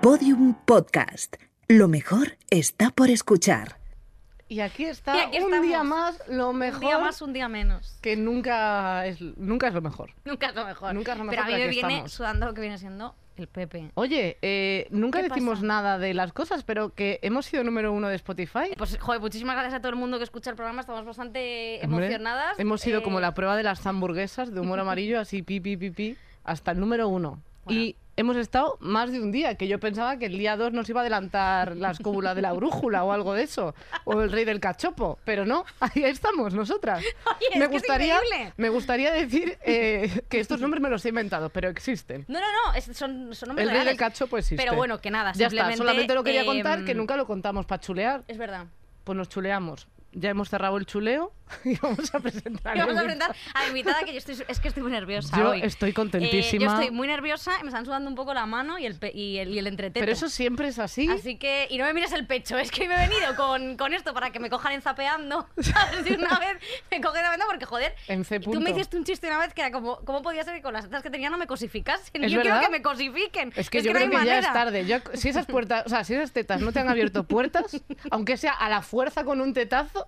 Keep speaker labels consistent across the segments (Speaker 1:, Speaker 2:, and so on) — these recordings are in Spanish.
Speaker 1: Podium Podcast. Lo mejor está por escuchar.
Speaker 2: Y aquí está
Speaker 3: Y aquí
Speaker 2: un
Speaker 3: estamos.
Speaker 2: día más, lo mejor
Speaker 3: Un día más, un día menos.
Speaker 2: que nunca es, nunca es lo mejor.
Speaker 3: Nunca es lo mejor.
Speaker 2: Nunca es lo
Speaker 3: Pero
Speaker 2: mejor,
Speaker 3: a mí
Speaker 2: pero
Speaker 3: me
Speaker 2: aquí
Speaker 3: viene
Speaker 2: estamos.
Speaker 3: sudando lo que viene siendo el Pepe.
Speaker 2: Oye, eh, nunca
Speaker 3: ¿Qué
Speaker 2: decimos
Speaker 3: pasa?
Speaker 2: nada de las cosas, pero que hemos sido número uno de Spotify.
Speaker 3: Pues, joder, muchísimas gracias a todo el mundo que escucha el programa. Estamos bastante
Speaker 2: Hombre,
Speaker 3: emocionadas.
Speaker 2: Hemos sido
Speaker 3: Eh,
Speaker 2: como la prueba de las hamburguesas de humor amarillo, así pi, pi, pi, pi, hasta el número uno.
Speaker 3: Bueno.
Speaker 2: Y hemos estado más de un día, que yo pensaba que el día dos nos iba a adelantar la escóbula de la brújula o algo de eso, o el rey del cachopo, pero no, ahí estamos nosotras.
Speaker 3: Oye, es que es increíble.
Speaker 2: me gustaría decir eh, que estos nombres me los he inventado, pero existen.
Speaker 3: No, no, no. es- son, son
Speaker 2: El
Speaker 3: nombres
Speaker 2: rey
Speaker 3: reales.
Speaker 2: del cachopo existe.
Speaker 3: Pero bueno, que
Speaker 2: ya
Speaker 3: nada.
Speaker 2: está,
Speaker 3: simplemente,
Speaker 2: solamente lo quería contar,
Speaker 3: em,
Speaker 2: que nunca lo contamos para chulear,
Speaker 3: Es verdad.
Speaker 2: pues nos chuleamos. Ya hemos cerrado el chuleo y vamos a presentar.
Speaker 3: Y vamos a
Speaker 2: el-
Speaker 3: presentar a la invitada que yo estoy, es que estoy muy nerviosa
Speaker 2: Yo
Speaker 3: hoy.
Speaker 2: estoy
Speaker 3: Eh,
Speaker 2: contentísima.
Speaker 3: yo estoy muy nerviosa y me están sudando un poco la mano y el, pe- y el, y el entreteto.
Speaker 2: Pero eso siempre es así.
Speaker 3: Así que, y no me mires el pecho, es que hoy me he venido con, con esto para que me cojan enzapeando. ¿sabes? De una vez me cogen zapeando porque, joder,
Speaker 2: En C
Speaker 3: tú
Speaker 2: punto.
Speaker 3: me hiciste un chiste una vez que era como, ¿cómo podía ser que con las tetas que tenía no me cosificasen?
Speaker 2: ¿Es
Speaker 3: yo
Speaker 2: verdad?
Speaker 3: quiero que me cosifiquen.
Speaker 2: Es que
Speaker 3: no
Speaker 2: yo creo
Speaker 3: hay
Speaker 2: que ya es
Speaker 3: manera.
Speaker 2: tarde. Yo- si esas puertas, o sea, si esas tetas no te han abierto puertas, aunque sea a la fuerza con un tetazo,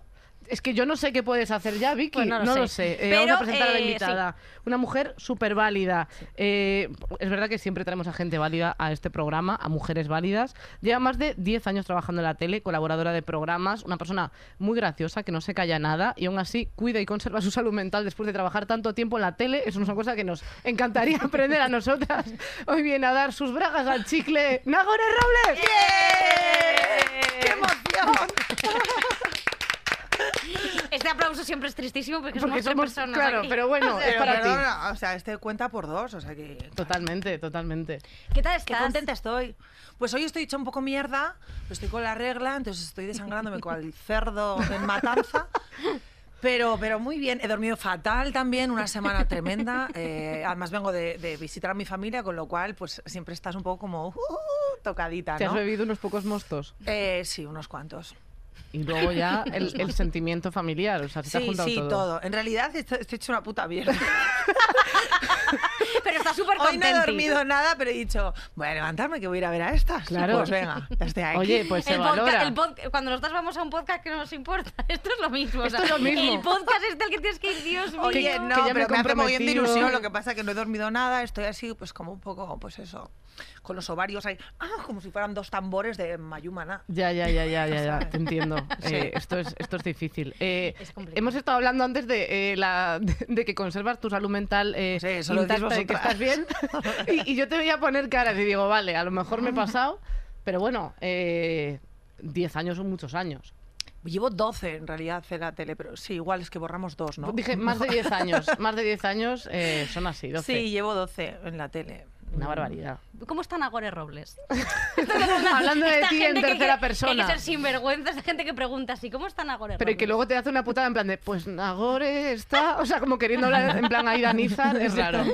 Speaker 2: es que yo no sé qué puedes hacer ya, Vicky.
Speaker 3: Pues no lo sé.
Speaker 2: lo sé. Eh,
Speaker 3: Pero,
Speaker 2: vamos a presentar a la
Speaker 3: eh,
Speaker 2: invitada. Una mujer súper válida. Eh, es verdad que siempre traemos a gente válida a este programa, a mujeres válidas. Lleva más de 10 años trabajando en la tele, colaboradora de programas, una persona muy graciosa que no se calla nada y aún así cuida y conserva su salud mental después de trabajar tanto tiempo en la tele. Es una cosa que nos encantaría aprender a nosotras. Hoy viene a dar sus bragas al chicle Nagore Robles. ¡Qué emoción!
Speaker 3: Este aplauso siempre es tristísimo porque,
Speaker 2: Porque
Speaker 3: somos, dos
Speaker 2: somos,
Speaker 3: personas
Speaker 2: claro,
Speaker 3: aquí.
Speaker 2: pero bueno, es
Speaker 4: Pero
Speaker 2: para ti.
Speaker 4: perdona, o sea, este cuenta por dos, o sea que...
Speaker 2: Totalmente, totalmente.
Speaker 3: ¿Qué tal
Speaker 4: Qué
Speaker 3: estás?
Speaker 4: contenta estoy. Pues hoy estoy hecha un poco mierda, pero estoy con la regla, entonces estoy desangrándome con el cerdo en matanza. Pero, pero muy bien, he dormido fatal también, una semana tremenda. eh, además vengo de, de visitar a mi familia, con lo cual pues siempre estás un poco como uh, tocadita,
Speaker 2: Te has
Speaker 4: Ah, ¿no?
Speaker 2: bebido unos pocos mostos
Speaker 4: Eh, sí, unos cuantos.
Speaker 2: y luego ya el, el sentimiento familiar, o sea, se te ha
Speaker 4: Sí,
Speaker 2: juntado
Speaker 4: sí, todo. En realidad estoy, estoy hecha una puta mierda.
Speaker 3: Pero estás súper
Speaker 4: Hoy no
Speaker 3: contenta.
Speaker 4: he dormido nada, pero he dicho, voy a levantarme que voy a ir a ver a estas.
Speaker 2: Claro.
Speaker 4: Pues venga, ya estoy aquí.
Speaker 2: Oye, pues se
Speaker 3: El podca-
Speaker 2: valora.
Speaker 3: el podca- cuando nosotros vamos a un podcast que no nos importa, esto es lo mismo. o
Speaker 2: Esto
Speaker 3: sea,
Speaker 2: es lo mismo.
Speaker 3: El podcast es el que tienes que ir, Dios mío.
Speaker 4: Oye,
Speaker 2: que
Speaker 4: no,
Speaker 2: ya me he
Speaker 4: pero me hace mogollón de
Speaker 2: comprometido.
Speaker 4: ilusión. Lo que pasa que no he dormido nada, estoy así, pues como un poco, pues eso, con los ovarios ahí, ah, como si fueran dos tambores de Mayumana.
Speaker 2: Ya, ya, ya, ya, ya, ya, te entiendo.
Speaker 4: Sí.
Speaker 2: Eh, esto, es, esto es difícil. Eh,
Speaker 3: Es complicado.
Speaker 2: hemos estado hablando antes de, eh, la, de, que conservas tu salud mental eh,
Speaker 4: Sí, eso lo decís
Speaker 2: intacta, de que
Speaker 4: vosotras.
Speaker 2: estás bien. Y, y yo te voy a poner caras y digo, vale, a lo mejor
Speaker 4: Ah.
Speaker 2: me he pasado, pero bueno, eh, 10 años son muchos años.
Speaker 4: Llevo 12 en realidad en la tele, pero sí, igual es que borramos dos, ¿no?
Speaker 2: Dije, más de 10 años, más de 10 años eh, son así, 12.
Speaker 4: Sí, llevo 12 en la tele.
Speaker 2: Una barbaridad.
Speaker 3: ¿Cómo están Agore Robles?
Speaker 2: Hablando de
Speaker 3: Esta
Speaker 2: ti en
Speaker 3: gente que hay
Speaker 2: tercera
Speaker 3: que- Que hay
Speaker 2: persona.
Speaker 3: que ser sinvergüenza, esta gente que pregunta así, ¿cómo están Agore
Speaker 2: Pero y que
Speaker 3: Robles?
Speaker 2: luego te hace una putada en plan de, pues Nagore está, o sea, como queriendo hablar en plan a iranizar, es raro.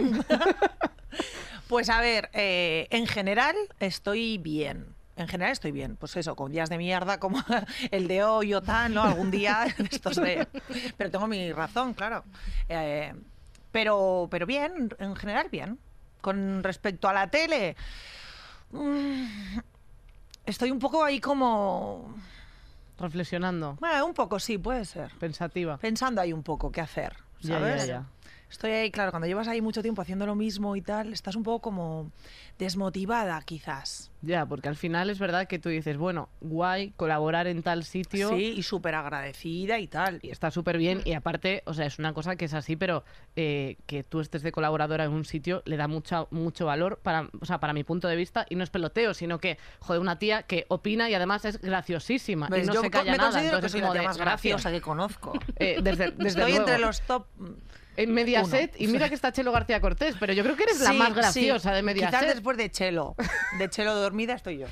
Speaker 4: Pues a ver, eh, en general estoy bien. En general estoy bien, pues eso, con días de mierda como el de hoy o tal, ¿no? Algún día estos de... Pero tengo mi razón, claro. Eh, pero, pero bien, en general bien. Con respecto a la tele, mm, estoy un poco ahí como...
Speaker 2: Reflexionando,
Speaker 4: Bueno, un poco sí, puede ser.
Speaker 2: pensativa.
Speaker 4: Pensando ahí un poco qué hacer,
Speaker 2: Ya, ya,
Speaker 4: ¿sabes?
Speaker 2: ya.
Speaker 4: Estoy ahí, claro, cuando llevas ahí mucho tiempo haciendo lo mismo y tal, estás un poco como desmotivada, quizás.
Speaker 2: Ya, porque al final es verdad que tú dices, bueno, guay, colaborar en tal sitio
Speaker 4: Sí, y súper agradecida y tal.
Speaker 2: y este está súper bien. Y aparte, o sea, es una cosa que es así, pero eh, que tú estés de colaboradora en un sitio le da mucha, mucho valor, para, o sea, para mi punto de vista, y no es peloteo, sino que, joder, una tía que opina y además es graciosísima.
Speaker 4: ¿Ves?
Speaker 2: y no
Speaker 4: Pues yo
Speaker 2: se
Speaker 4: co-
Speaker 2: calla
Speaker 4: me
Speaker 2: nada.
Speaker 4: considero
Speaker 2: entonces
Speaker 4: que
Speaker 2: es
Speaker 4: soy la
Speaker 2: como
Speaker 4: tía
Speaker 2: de,
Speaker 4: más
Speaker 2: gracias.
Speaker 4: gracioso que conozco.
Speaker 2: Eh, desde, desde
Speaker 4: Estoy entre
Speaker 2: luego.
Speaker 4: los top.
Speaker 2: En Mediaset,
Speaker 4: Uno.
Speaker 2: y mira que está Chelo García Cortés, pero yo creo que eres la
Speaker 4: Sí,
Speaker 2: más
Speaker 4: sí.
Speaker 2: graciosa de Mediaset.
Speaker 4: Quizás después de Chelo. De Chelo dormida estoy yo.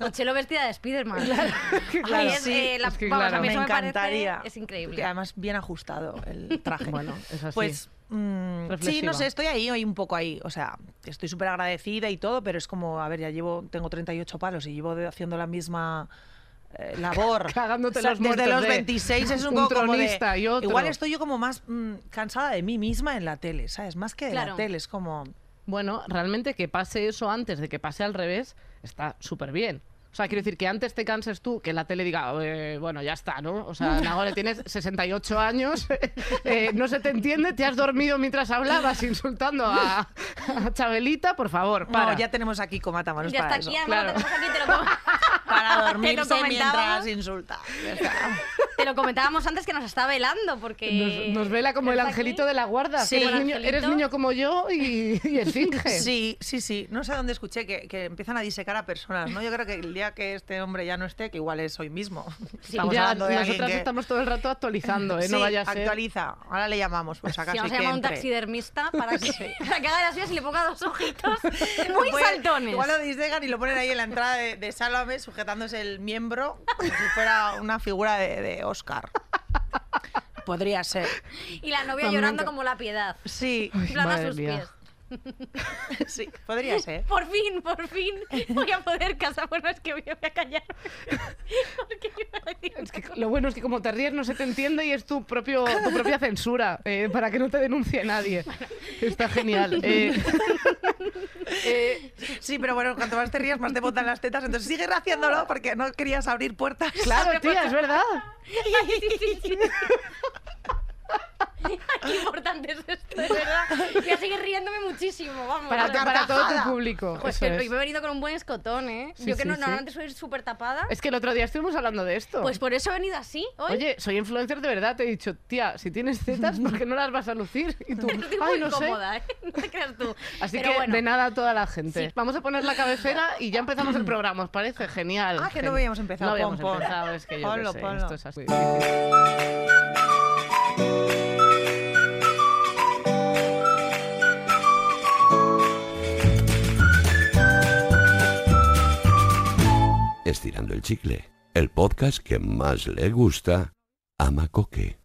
Speaker 3: O Chelo vestida de Spiderman.
Speaker 4: claro.
Speaker 3: Ay, es,
Speaker 4: Sí,
Speaker 3: eh, la-
Speaker 2: es que
Speaker 3: vamos,
Speaker 2: claro.
Speaker 3: a mí
Speaker 4: me
Speaker 3: eso me parece-
Speaker 4: encantaría.
Speaker 3: es increíble.
Speaker 4: Que Además, bien ajustado el traje.
Speaker 2: Bueno, es así.
Speaker 4: Pues mm, sí,
Speaker 2: Reflexiva.
Speaker 4: no sé, estoy ahí hoy un poco ahí. O sea, estoy súper agradecida y todo, pero es como, a ver, ya llevo, tengo 38 palos y llevo de- haciendo la misma eh, labor.
Speaker 2: Cagándote
Speaker 4: O sea,
Speaker 2: los
Speaker 4: Desde
Speaker 2: muertos
Speaker 4: los
Speaker 2: de
Speaker 4: 26 es un,
Speaker 2: un
Speaker 4: poco como de-
Speaker 2: tronista y otro.
Speaker 4: Igual estoy yo como más mm, cansada de mí misma en la tele, ¿sabes? Más que de
Speaker 3: Claro.
Speaker 4: la tele, es como... "Oh,
Speaker 2: Bueno, realmente que pase eso antes de que pase al revés está súper bien. O sea, quiero decir que antes te canses tú, que la tele diga, "Eh, bueno, ya está, ¿no? O sea, Nagore, tienes 68 años, eh, no se te entiende, te has dormido mientras hablabas insultando a, a Chabelita, por favor, para.
Speaker 4: No, ya tenemos aquí comatamanos
Speaker 3: Ya
Speaker 4: para
Speaker 3: está
Speaker 4: eso.
Speaker 3: aquí, además lo
Speaker 2: claro.
Speaker 3: tenemos aquí, te lo, com-
Speaker 4: Para
Speaker 3: Te
Speaker 4: dormirse
Speaker 3: lo comentaba.
Speaker 4: mientras insulta.
Speaker 3: te lo comentábamos antes que nos está velando porque...
Speaker 2: Nos, nos vela como el
Speaker 3: ¿Está aquí?
Speaker 2: angelito de la guarda.
Speaker 4: Sí.
Speaker 2: que eres,
Speaker 3: Como el
Speaker 2: niño, eres
Speaker 3: angelito.
Speaker 2: niño como yo y, y esfinge.
Speaker 4: Sí, sí, sí. No sé dónde escuché que, que empiezan a disecar a personas, ¿no? Yo creo que el día que este hombre ya no esté, que igual es hoy mismo. Estamos
Speaker 2: Ya,
Speaker 4: hablando de alguien
Speaker 2: nosotras
Speaker 4: que-
Speaker 2: estamos todo el rato actualizando, ¿eh?
Speaker 4: Sí,
Speaker 2: no vaya a ser.
Speaker 4: actualiza. Ahora le llamamos, pues acaso
Speaker 3: Sí, vamos
Speaker 4: y
Speaker 3: a
Speaker 4: que
Speaker 3: llamar a un
Speaker 4: entre.
Speaker 3: taxidermista para que, para que haga las suyas y le ponga dos ojitos muy
Speaker 4: Lo ponen-
Speaker 3: saltones.
Speaker 4: Igual lo disegan y lo ponen ahí en la entrada de, de Sálvame sujetándose el miembro como si fuera una figura de, de Oscar. Podría ser.
Speaker 3: Y la novia
Speaker 2: También
Speaker 3: llorando
Speaker 2: ca-
Speaker 3: como la piedad.
Speaker 4: Sí,
Speaker 3: Plana
Speaker 2: madre
Speaker 3: sus
Speaker 2: mía.
Speaker 3: pies.
Speaker 4: sí, podría
Speaker 2: ¿eh?
Speaker 4: ser.
Speaker 3: Por fin, por fin voy a poder casar. Bueno, es que voy a callar. Porque iba a decir
Speaker 2: Es
Speaker 3: una
Speaker 2: que lo bueno es que como te ríes no se te entiende y es tu, propio, tu propia censura eh, para que no te denuncie nadie. Está genial. Eh, eh,
Speaker 4: Sí, pero bueno, cuanto más te rías, más te botan las tetas. Entonces sigue haciéndolo porque no querías abrir puertas.
Speaker 2: claro, tía, es verdad.
Speaker 3: Ay, sí, sí, sí. Ay, Qué importante es esto, de verdad. Voy a seguir riéndome muchísimo, vamos.
Speaker 2: Para,
Speaker 4: la
Speaker 2: para todo tu
Speaker 4: carcajada.
Speaker 2: público.
Speaker 3: Joder,
Speaker 2: eso
Speaker 3: pero
Speaker 2: es.
Speaker 3: yo me he venido con un buen escotón, ¿eh?
Speaker 2: Sí,
Speaker 3: yo que
Speaker 2: sí,
Speaker 3: no,
Speaker 2: sí.
Speaker 3: normalmente soy súper tapada.
Speaker 2: Es que el otro día estuvimos hablando de esto.
Speaker 3: Pues por eso he venido así hoy.
Speaker 2: Oye, soy influencer de verdad, te he dicho, tía, si tienes tetas, ¿por qué no las vas a lucir? Y tú,
Speaker 3: Estoy
Speaker 2: ay,
Speaker 3: muy
Speaker 2: no sé.
Speaker 3: cómoda, ¿eh? No te creas tú.
Speaker 2: Así
Speaker 3: Pero
Speaker 2: que
Speaker 3: bueno.
Speaker 2: de nada a toda la gente.
Speaker 3: Sí.
Speaker 2: Vamos a poner la cabecera y ya empezamos el programa, ¿os parece? Genial.
Speaker 4: Ah, que no
Speaker 2: Gen-
Speaker 4: habíamos empezado,
Speaker 2: No habíamos
Speaker 4: pon, pon.
Speaker 2: empezado, es que yo qué
Speaker 4: Ponlo,
Speaker 2: sé,
Speaker 4: ponlo.
Speaker 2: esto es así.
Speaker 5: Estirando el chicle, el podcast que más le gusta a Macoque.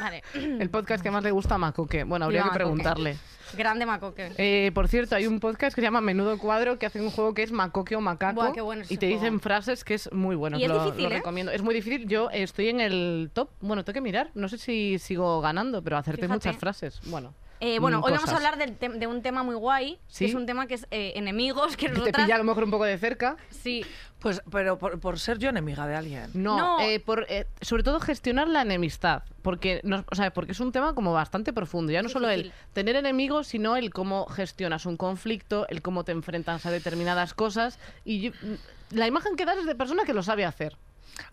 Speaker 3: Vale,
Speaker 2: El podcast que más le gusta a Macoque. Bueno, habría
Speaker 3: Viva
Speaker 2: que
Speaker 3: Macoque.
Speaker 2: preguntarle.
Speaker 3: grande macoque.
Speaker 2: Eh, por cierto, hay un podcast que se llama Menudo Cuadro que hacen un juego que es Macoque o Macaco.
Speaker 3: Buah, qué bueno ese
Speaker 2: y te
Speaker 3: juego.
Speaker 2: dicen frases que es muy bueno.
Speaker 3: Y es
Speaker 2: lo,
Speaker 3: difícil,
Speaker 2: lo
Speaker 3: ¿eh?
Speaker 2: recomiendo. Es muy difícil. Yo eh, estoy en el top. Bueno, tengo que mirar. No sé si sigo ganando, pero acerté
Speaker 3: Fíjate.
Speaker 2: muchas frases. Bueno.
Speaker 3: Eh, bueno,
Speaker 2: mm,
Speaker 3: hoy vamos a
Speaker 2: cosas.
Speaker 3: hablar del tem- de un tema muy guay,
Speaker 2: ¿Sí?
Speaker 3: que es un tema que es eh, enemigos, que
Speaker 2: Te
Speaker 3: nosotras...
Speaker 2: pilla a lo mejor un poco de cerca.
Speaker 3: Sí,
Speaker 4: Pues, pero por, por ser yo enemiga de alguien.
Speaker 2: No,
Speaker 3: No.
Speaker 2: eh, por, eh, sobre todo gestionar la enemistad, porque, no, o sea, porque es un tema como bastante profundo, ya no
Speaker 3: Es
Speaker 2: solo el
Speaker 3: difícil.
Speaker 2: tener enemigos, sino el cómo gestionas un conflicto, el cómo te enfrentas a determinadas cosas, y yo- mm, la imagen que das es de persona que lo sabe hacer.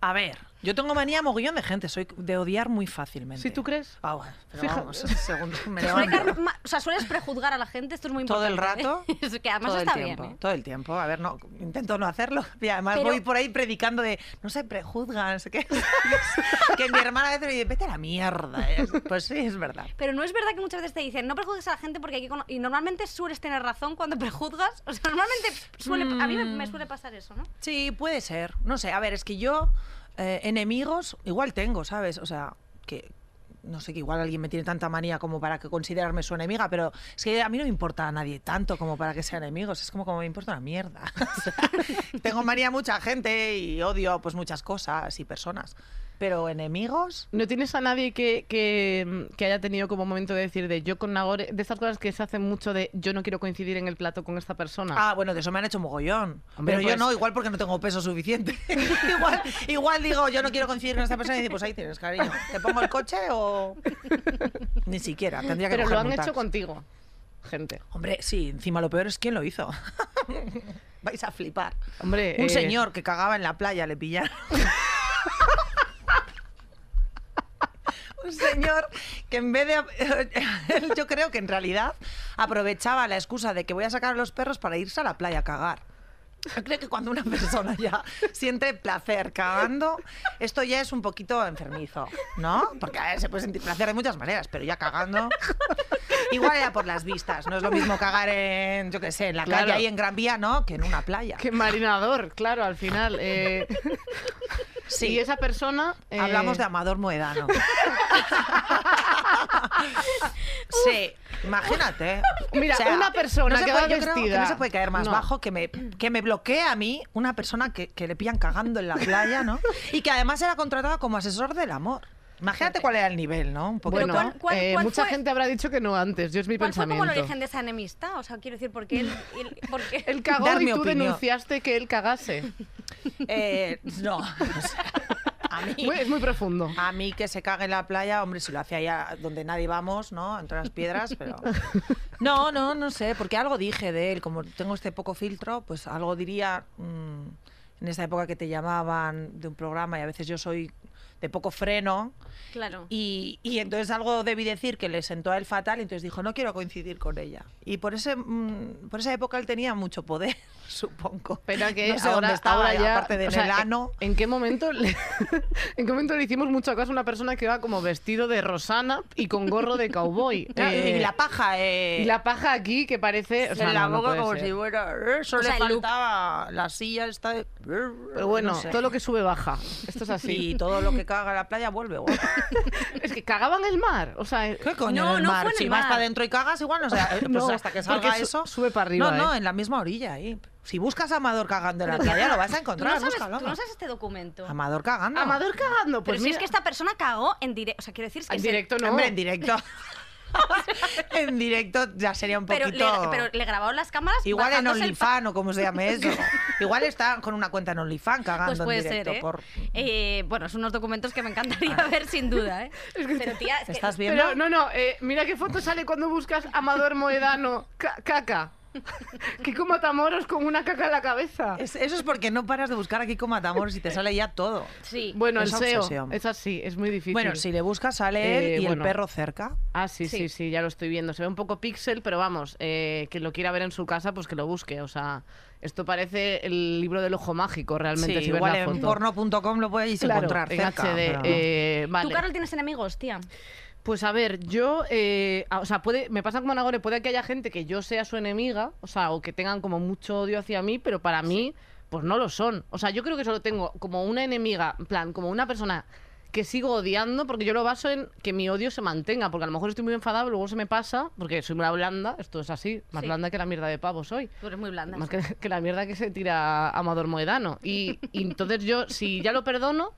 Speaker 4: A ver, yo tengo manía mogollón de gente, soy de odiar muy fácilmente.
Speaker 2: ¿Sí tú crees?
Speaker 4: Ah, bueno, pero
Speaker 2: Fija-
Speaker 4: vamos, según me
Speaker 3: Suele
Speaker 4: levanto.
Speaker 3: car- ma- o sea, sueles prejuzgar a la gente, esto es muy
Speaker 4: Todo
Speaker 3: importante.
Speaker 4: el rato,
Speaker 3: ¿eh? Es que además
Speaker 4: todo
Speaker 3: está
Speaker 4: el tiempo,
Speaker 3: bien. ¿eh?
Speaker 4: todo el tiempo. A ver, no, intento no hacerlo. Y además
Speaker 3: Pero-
Speaker 4: voy por ahí predicando de no se prejuzgan, no sé qué. que mi hermana a veces me dice, vete a la mierda. Es- Pues sí, es verdad.
Speaker 3: Pero no es verdad que muchas veces te dicen, no prejuzgues a la gente porque hay que... cono-". Y normalmente sueles tener razón cuando prejuzgas. O sea, normalmente suele... A mí me,
Speaker 4: Mm.
Speaker 3: me suele pasar eso, ¿no?
Speaker 4: Sí, puede ser. No sé, a ver, es que yo eh, enemigos igual tengo, ¿sabes? O sea, que no sé, que igual alguien me tiene tanta manía como para que considerarme su enemiga, pero es que a mí no me importa a nadie tanto como para que sean enemigos, es como como me importa una mierda. O sea, tengo manía a mucha gente y odio pues muchas cosas y personas, pero enemigos...
Speaker 2: ¿No tienes a nadie que, que- que haya tenido como momento de decir de yo con Nagore, de estas cosas que se hacen mucho de yo no quiero coincidir en el plato con esta persona?
Speaker 4: Ah, bueno, de eso me han hecho mogollón.
Speaker 2: Hombre,
Speaker 4: pero
Speaker 2: pues-
Speaker 4: yo no, igual porque no tengo peso suficiente. igual, igual digo, yo no quiero coincidir con esta persona y dice, pues ahí tienes, cariño. ¿Te pongo el coche o...? Ni siquiera, tendría que
Speaker 2: pero lo
Speaker 4: cogerme
Speaker 2: han
Speaker 4: un
Speaker 2: hecho
Speaker 4: taxi.
Speaker 2: contigo, gente.
Speaker 4: Hombre, sí, encima lo peor es quién lo hizo. Vais a flipar.
Speaker 2: Hombre,
Speaker 4: Un
Speaker 2: eh,
Speaker 4: señor que cagaba en la playa le pillaron. Un señor que en vez de... él, Yo creo que en realidad aprovechaba la excusa de que voy a sacar a los perros para irse a la playa a cagar. Yo creo que cuando una persona ya siente placer cagando, esto ya es un poquito enfermizo, ¿no? Porque a ver, se puede sentir placer de muchas maneras, pero ya cagando... Igual era por las vistas, no es lo mismo cagar en, yo qué sé, en la
Speaker 2: Claro.
Speaker 4: calle ahí en Gran Vía, ¿no? Que en una playa.
Speaker 2: Qué marinador, claro, al final. eh.
Speaker 4: Sí.
Speaker 2: Y esa persona. eh,
Speaker 4: Hablamos de Amador Moedano. sí, imagínate.
Speaker 2: Mira, una persona
Speaker 4: no se
Speaker 2: que
Speaker 4: puede-
Speaker 2: va
Speaker 4: yo creo que
Speaker 2: vestida.
Speaker 4: no se puede caer más
Speaker 2: No.
Speaker 4: bajo que me, que me bloquee a mí una persona que, que le pillan cagando en la playa, ¿no? Y que además era contratada como asesor del amor. Imagínate cuál era el nivel, ¿no? Un poquito.
Speaker 2: Bueno,
Speaker 3: ¿cuál- cuál-
Speaker 2: eh,
Speaker 3: cuál
Speaker 2: mucha
Speaker 3: fue-
Speaker 2: gente habrá dicho que no antes. Yo es mi
Speaker 3: ¿Cuál fue como
Speaker 2: pensamiento.
Speaker 3: el origen de esa enemistad? O sea, quiero decir, porque él... él- porque-
Speaker 2: Él cagó
Speaker 4: Dar
Speaker 2: y
Speaker 4: mi
Speaker 2: tú
Speaker 4: opinión.
Speaker 2: denunciaste que él cagase.
Speaker 4: Eh, no. o sea, a mí.
Speaker 2: Muy- es muy profundo.
Speaker 4: A mí que se cague en la playa, hombre, si lo hace allá donde nadie vamos, ¿no? Entre las piedras, pero... No, no, no sé, porque algo dije de él, como tengo este poco filtro, pues algo diría mm, en esa época que te llamaban de un programa y a veces yo soy de poco freno
Speaker 3: Claro.
Speaker 4: y, y entonces algo debí decir que le sentó a él fatal y entonces dijo, no quiero coincidir con ella. Y por, ese, mm, por esa época él tenía mucho poder, supongo.
Speaker 2: Pero que
Speaker 4: no sé
Speaker 2: ahora,
Speaker 4: dónde estaba,
Speaker 2: ahora ya,
Speaker 4: aparte de
Speaker 2: o sea, eh,
Speaker 4: en el ano.
Speaker 2: ¿En qué momento le, en qué momento le hicimos mucho caso a una persona que iba como vestido de Rosana y con gorro de cowboy?
Speaker 4: Claro,
Speaker 2: Eh,
Speaker 4: y la paja. Eh,
Speaker 2: y la paja aquí que parece, o sea,
Speaker 4: en la
Speaker 2: no, no
Speaker 4: boca
Speaker 2: puede
Speaker 4: como
Speaker 2: ser.
Speaker 4: si fuera. eh, Solo
Speaker 3: O sea,
Speaker 4: le
Speaker 3: el look.
Speaker 4: faltaba la silla esta de.
Speaker 2: Pero bueno,
Speaker 4: no sé.
Speaker 2: todo lo que sube baja. Esto es
Speaker 4: Y
Speaker 2: así.
Speaker 4: todo lo que caga la playa vuelve. guau.
Speaker 2: es que cagaban el mar, o sea,
Speaker 4: ¿Qué coño?
Speaker 3: No,
Speaker 4: en el
Speaker 3: no
Speaker 4: mar?
Speaker 3: fue en el
Speaker 4: si vas
Speaker 3: mar.
Speaker 4: para adentro y cagas, igual, o sea, eh, pues
Speaker 2: No,
Speaker 4: hasta que
Speaker 2: porque
Speaker 4: salga
Speaker 2: su-
Speaker 4: eso.
Speaker 2: sube para arriba,
Speaker 4: No, no,
Speaker 2: eh.
Speaker 4: en la misma orilla ahí. Si buscas a Amador cagando en la playa, lo vas
Speaker 3: ¿Tú
Speaker 4: a
Speaker 3: no,
Speaker 4: encontrar.
Speaker 3: sabes,
Speaker 4: búscalo.
Speaker 3: tú no sabes este documento.
Speaker 4: Amador cagando.
Speaker 2: Amador cagando,
Speaker 3: Pero
Speaker 2: pues
Speaker 3: si
Speaker 2: mira,
Speaker 3: es que esta persona cagó en directo. O sea, quiero decir es que
Speaker 2: en
Speaker 3: se-
Speaker 2: directo no.
Speaker 4: Hombre, en directo. en directo ya sería un
Speaker 3: pero,
Speaker 4: poquito.
Speaker 3: le, pero le grabaron las cámaras.
Speaker 4: Igual en
Speaker 3: bajándose el pa-
Speaker 4: OnlyFans o como se llame eso. Igual está con una cuenta en OnlyFans cagando
Speaker 3: Pues puede
Speaker 4: en directo.
Speaker 3: ser, ¿eh?
Speaker 4: por-
Speaker 3: Eh, Bueno, son unos documentos que me encantaría ver sin duda, ¿eh? Pero tía, es que-
Speaker 4: ¿Estás viendo?
Speaker 2: Pero no, no, eh, mira qué foto sale cuando buscas Amador Moedano. Ca- caca. Kiko Matamoros con una caca en la cabeza.
Speaker 4: Es- eso es porque no paras de buscar aquí como Matamoros y te sale ya todo.
Speaker 3: Sí.
Speaker 2: Bueno, el
Speaker 4: Esa
Speaker 2: SEO.
Speaker 4: obsesión.
Speaker 2: Es así, es muy difícil.
Speaker 4: Bueno, si le buscas sale
Speaker 2: Eh,
Speaker 4: él y
Speaker 2: bueno.
Speaker 4: el perro cerca.
Speaker 2: Ah, sí, sí, sí,
Speaker 3: Sí.
Speaker 2: ya lo estoy viendo. Se ve un poco pixel, pero vamos, eh, quien lo quiera ver en su casa, pues que lo busque. O sea, esto parece el libro del ojo mágico realmente.
Speaker 4: Sí,
Speaker 2: si ves
Speaker 4: igual
Speaker 2: la
Speaker 4: en
Speaker 2: foto.
Speaker 4: porno.com lo puedes
Speaker 2: Claro,
Speaker 4: encontrar
Speaker 2: en
Speaker 4: cerca.
Speaker 2: HD.
Speaker 4: pero-
Speaker 2: eh,
Speaker 3: Tú,
Speaker 2: vale.
Speaker 3: Carol, tienes enemigos, tía.
Speaker 2: Pues a ver, yo, eh, a- o sea, puede, me pasa como a Nagore, puede que haya gente que yo sea su enemiga, o sea, o que tengan como mucho odio hacia mí, pero para mí, pues no lo son. O sea, yo creo que solo tengo como una enemiga, en plan, como una persona que sigo odiando, porque yo lo baso en que mi odio se mantenga, porque a lo mejor estoy muy enfadada, pero luego se me pasa, porque soy muy blanda, esto es así, más
Speaker 3: Sí.
Speaker 2: blanda que la mierda de pavo soy.
Speaker 3: Tú eres muy blanda.
Speaker 2: Más que, que la mierda que se tira Amador Moedano. Y, y entonces yo, si ya lo perdono,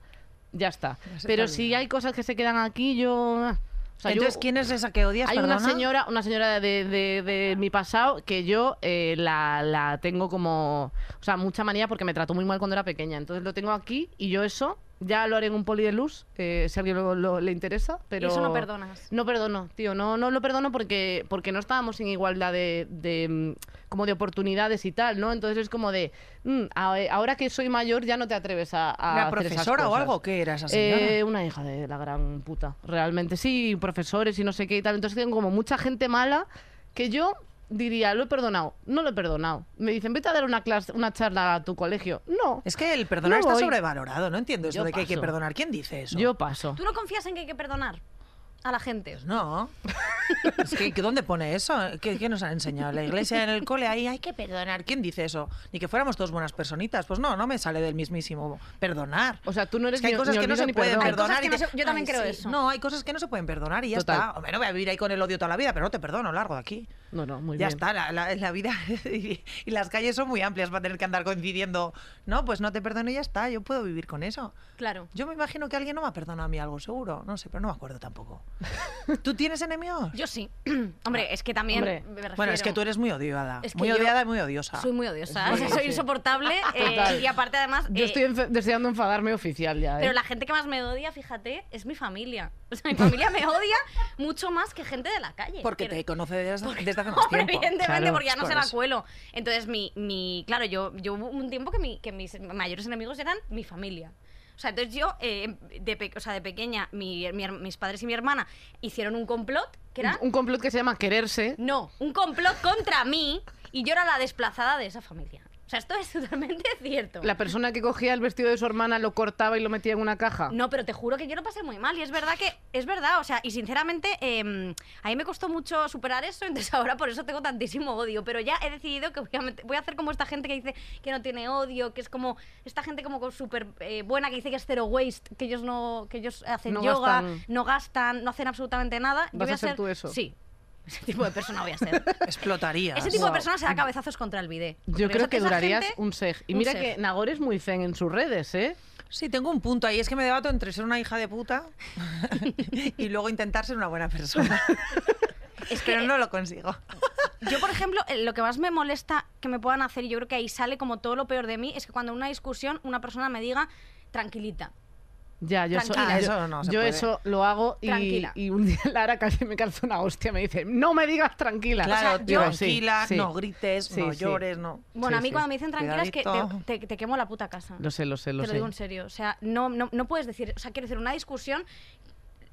Speaker 2: ya está.
Speaker 4: se te
Speaker 2: Pero
Speaker 4: olvida.
Speaker 2: si hay cosas que se quedan aquí, yo... ah. O sea, yo-
Speaker 4: Entonces, ¿quién es esa que odias?
Speaker 2: hay una
Speaker 4: perdona?
Speaker 2: señora, una señora de, de- de mi pasado que yo eh, la, la tengo como, o sea, mucha manía porque me trató muy mal cuando era pequeña. Entonces lo tengo aquí y yo eso ya lo haré en un poli de luz, eh, si a alguien lo- lo- le interesa. Pero
Speaker 3: eso no perdonas.
Speaker 2: No perdono, tío, no, no lo perdono porque, porque no estábamos en igualdad de, de, mm, como de oportunidades y tal, ¿no? Entonces es como de, mm, a- ahora que soy mayor ya no te atreves a, a
Speaker 4: ¿Era
Speaker 2: hacer esas
Speaker 4: profesora o
Speaker 2: cosas.
Speaker 4: algo? ¿Qué era esa señora?
Speaker 2: Eh, una hija de la gran puta, realmente. Sí, profesores y no sé qué y tal. Entonces tengo como mucha gente mala que yo diría, lo he perdonado, no lo he perdonado. Me dicen, vete a dar una clase, una charla a tu colegio. No,
Speaker 4: Es que el perdonar
Speaker 2: no
Speaker 4: está
Speaker 2: voy.
Speaker 4: sobrevalorado. No entiendo eso
Speaker 2: Yo
Speaker 4: de que hay que
Speaker 2: paso.
Speaker 4: perdonar. ¿Quién dice eso?
Speaker 2: yo paso.
Speaker 3: ¿Tú no confías en que hay que perdonar a la gente?
Speaker 4: Pues no. Es que, que ¿dónde pone eso? ¿Qué, qué nos han enseñado? La iglesia en el cole, ahí hay que perdonar. ¿Quién dice eso? Ni que fuéramos todos buenas personitas. Pues no, no me sale del mismísimo perdonar.
Speaker 2: O sea, tú no eres
Speaker 4: es que hay
Speaker 2: ni-
Speaker 4: cosas
Speaker 2: ni
Speaker 4: que no
Speaker 2: olvido
Speaker 4: se
Speaker 2: ni
Speaker 4: pueden
Speaker 2: perdono. Hay
Speaker 3: cosas que
Speaker 4: perdonar. y
Speaker 3: no
Speaker 4: te-
Speaker 3: se- yo también
Speaker 4: Ay,
Speaker 3: creo
Speaker 4: sí.
Speaker 3: eso.
Speaker 4: No, hay cosas que no se pueden perdonar y ya
Speaker 2: Total.
Speaker 4: está. Hombre, no voy a vivir ahí con el odio toda la vida, pero no te perdono, largo de aquí.
Speaker 2: No, no, muy
Speaker 4: ya
Speaker 2: bien.
Speaker 4: está, la, la- la vida y, y las calles son muy amplias para tener que andar coincidiendo. No, pues no te perdono y ya está, yo puedo vivir con eso.
Speaker 3: Claro.
Speaker 4: Yo me imagino que alguien no me ha perdonado a mí algo, seguro. No sé, pero no me acuerdo tampoco. ¿Tú tienes enemigos?
Speaker 3: Yo sí. Hombre, es que también.
Speaker 2: Hombre.
Speaker 3: me
Speaker 4: Bueno,
Speaker 3: refiero-
Speaker 4: es que tú eres muy odiada.
Speaker 3: Es que
Speaker 4: muy
Speaker 3: yo
Speaker 4: odiada y muy odiosa.
Speaker 3: Soy muy odiosa. o sea,
Speaker 2: Sí,
Speaker 3: soy
Speaker 2: sí.
Speaker 3: insoportable. eh,
Speaker 2: Total.
Speaker 3: y aparte, además.
Speaker 2: Yo
Speaker 3: eh,
Speaker 2: estoy enfe- deseando enfadarme oficial ya, ¿eh?
Speaker 3: Pero la gente que más me odia, fíjate, es mi familia. O sea, mi familia me odia mucho más que gente de la calle.
Speaker 4: Porque
Speaker 3: Quiero-
Speaker 4: te conoce desde, desde hace más
Speaker 3: Hombre,
Speaker 4: tiempo.
Speaker 3: evidentemente,
Speaker 2: Claro,
Speaker 3: porque ya no
Speaker 4: por
Speaker 3: se la
Speaker 4: eso.
Speaker 3: cuelo. Entonces, mi, mi, claro, yo, yo hubo un tiempo que, mi- que mis mayores enemigos eran mi familia. O sea, entonces yo, eh, de, pe- o sea, de pequeña, mi- mi her- mis padres y mi hermana hicieron un complot, que era...
Speaker 2: Un- Un complot que se llama quererse.
Speaker 3: No, un complot contra mí y yo era la desplazada de esa familia. O sea, esto es totalmente cierto.
Speaker 2: La persona que cogía el vestido de su hermana lo cortaba y lo metía en una caja.
Speaker 3: No, pero te juro que yo lo pasé muy mal y es verdad que es verdad, o sea, y sinceramente eh, a mí me costó mucho superar eso, entonces ahora por eso tengo tantísimo odio, pero ya he decidido que voy a, met- voy a hacer como esta gente que dice que no tiene odio, que es como esta gente como con súper eh, buena que dice que es zero waste, que ellos no que ellos hacen
Speaker 2: No
Speaker 3: yoga,
Speaker 2: gastan.
Speaker 3: no gastan, no hacen absolutamente nada.
Speaker 2: ¿Vas
Speaker 3: voy
Speaker 2: a ser tú eso?
Speaker 3: Sí. Ese tipo de persona voy a ser.
Speaker 4: Explotarías.
Speaker 3: Ese tipo
Speaker 2: Wow.
Speaker 3: de persona se da cabezazos contra el bidé.
Speaker 2: Yo
Speaker 3: Porque
Speaker 2: creo
Speaker 3: esa-
Speaker 2: que
Speaker 3: esa
Speaker 2: durarías
Speaker 3: gente-
Speaker 2: un seg. Y
Speaker 3: un
Speaker 2: mira
Speaker 3: seg.
Speaker 2: que Nagore es muy zen en sus redes, ¿eh?
Speaker 4: Sí, tengo un punto ahí. Es que me debato entre ser una hija de puta y luego intentar ser una buena persona.
Speaker 3: Es que
Speaker 4: Pero no lo consigo.
Speaker 3: Yo, por ejemplo, eh, lo que más me molesta que me puedan hacer, y yo creo que ahí sale como todo lo peor de mí, es que cuando en una discusión una persona me diga, tranquilita.
Speaker 2: Ya, yo, eso,
Speaker 3: Tranquila.
Speaker 2: yo-
Speaker 4: Eso no se
Speaker 2: yo
Speaker 4: puede.
Speaker 2: eso lo hago y,
Speaker 3: Tranquila.
Speaker 2: y un día Lara casi me calza una hostia. Me dice, no me digas tranquila.
Speaker 4: Claro,
Speaker 2: Digo,
Speaker 4: tío,
Speaker 2: "Sí,
Speaker 4: tranquila,
Speaker 2: sí".
Speaker 4: no grites,
Speaker 2: Sí,
Speaker 4: no
Speaker 2: sí.
Speaker 4: llores, no.
Speaker 2: Sí,
Speaker 3: Bueno, a mí
Speaker 2: sí.
Speaker 3: cuando me dicen tranquila es que
Speaker 4: Cuidadito.
Speaker 3: te, te- te quemo la puta casa.
Speaker 2: Lo sé, lo sé, lo
Speaker 3: te lo
Speaker 2: sé.
Speaker 3: digo en serio. O sea, no, no, no puedes decir, o sea, quiero decir, una discusión.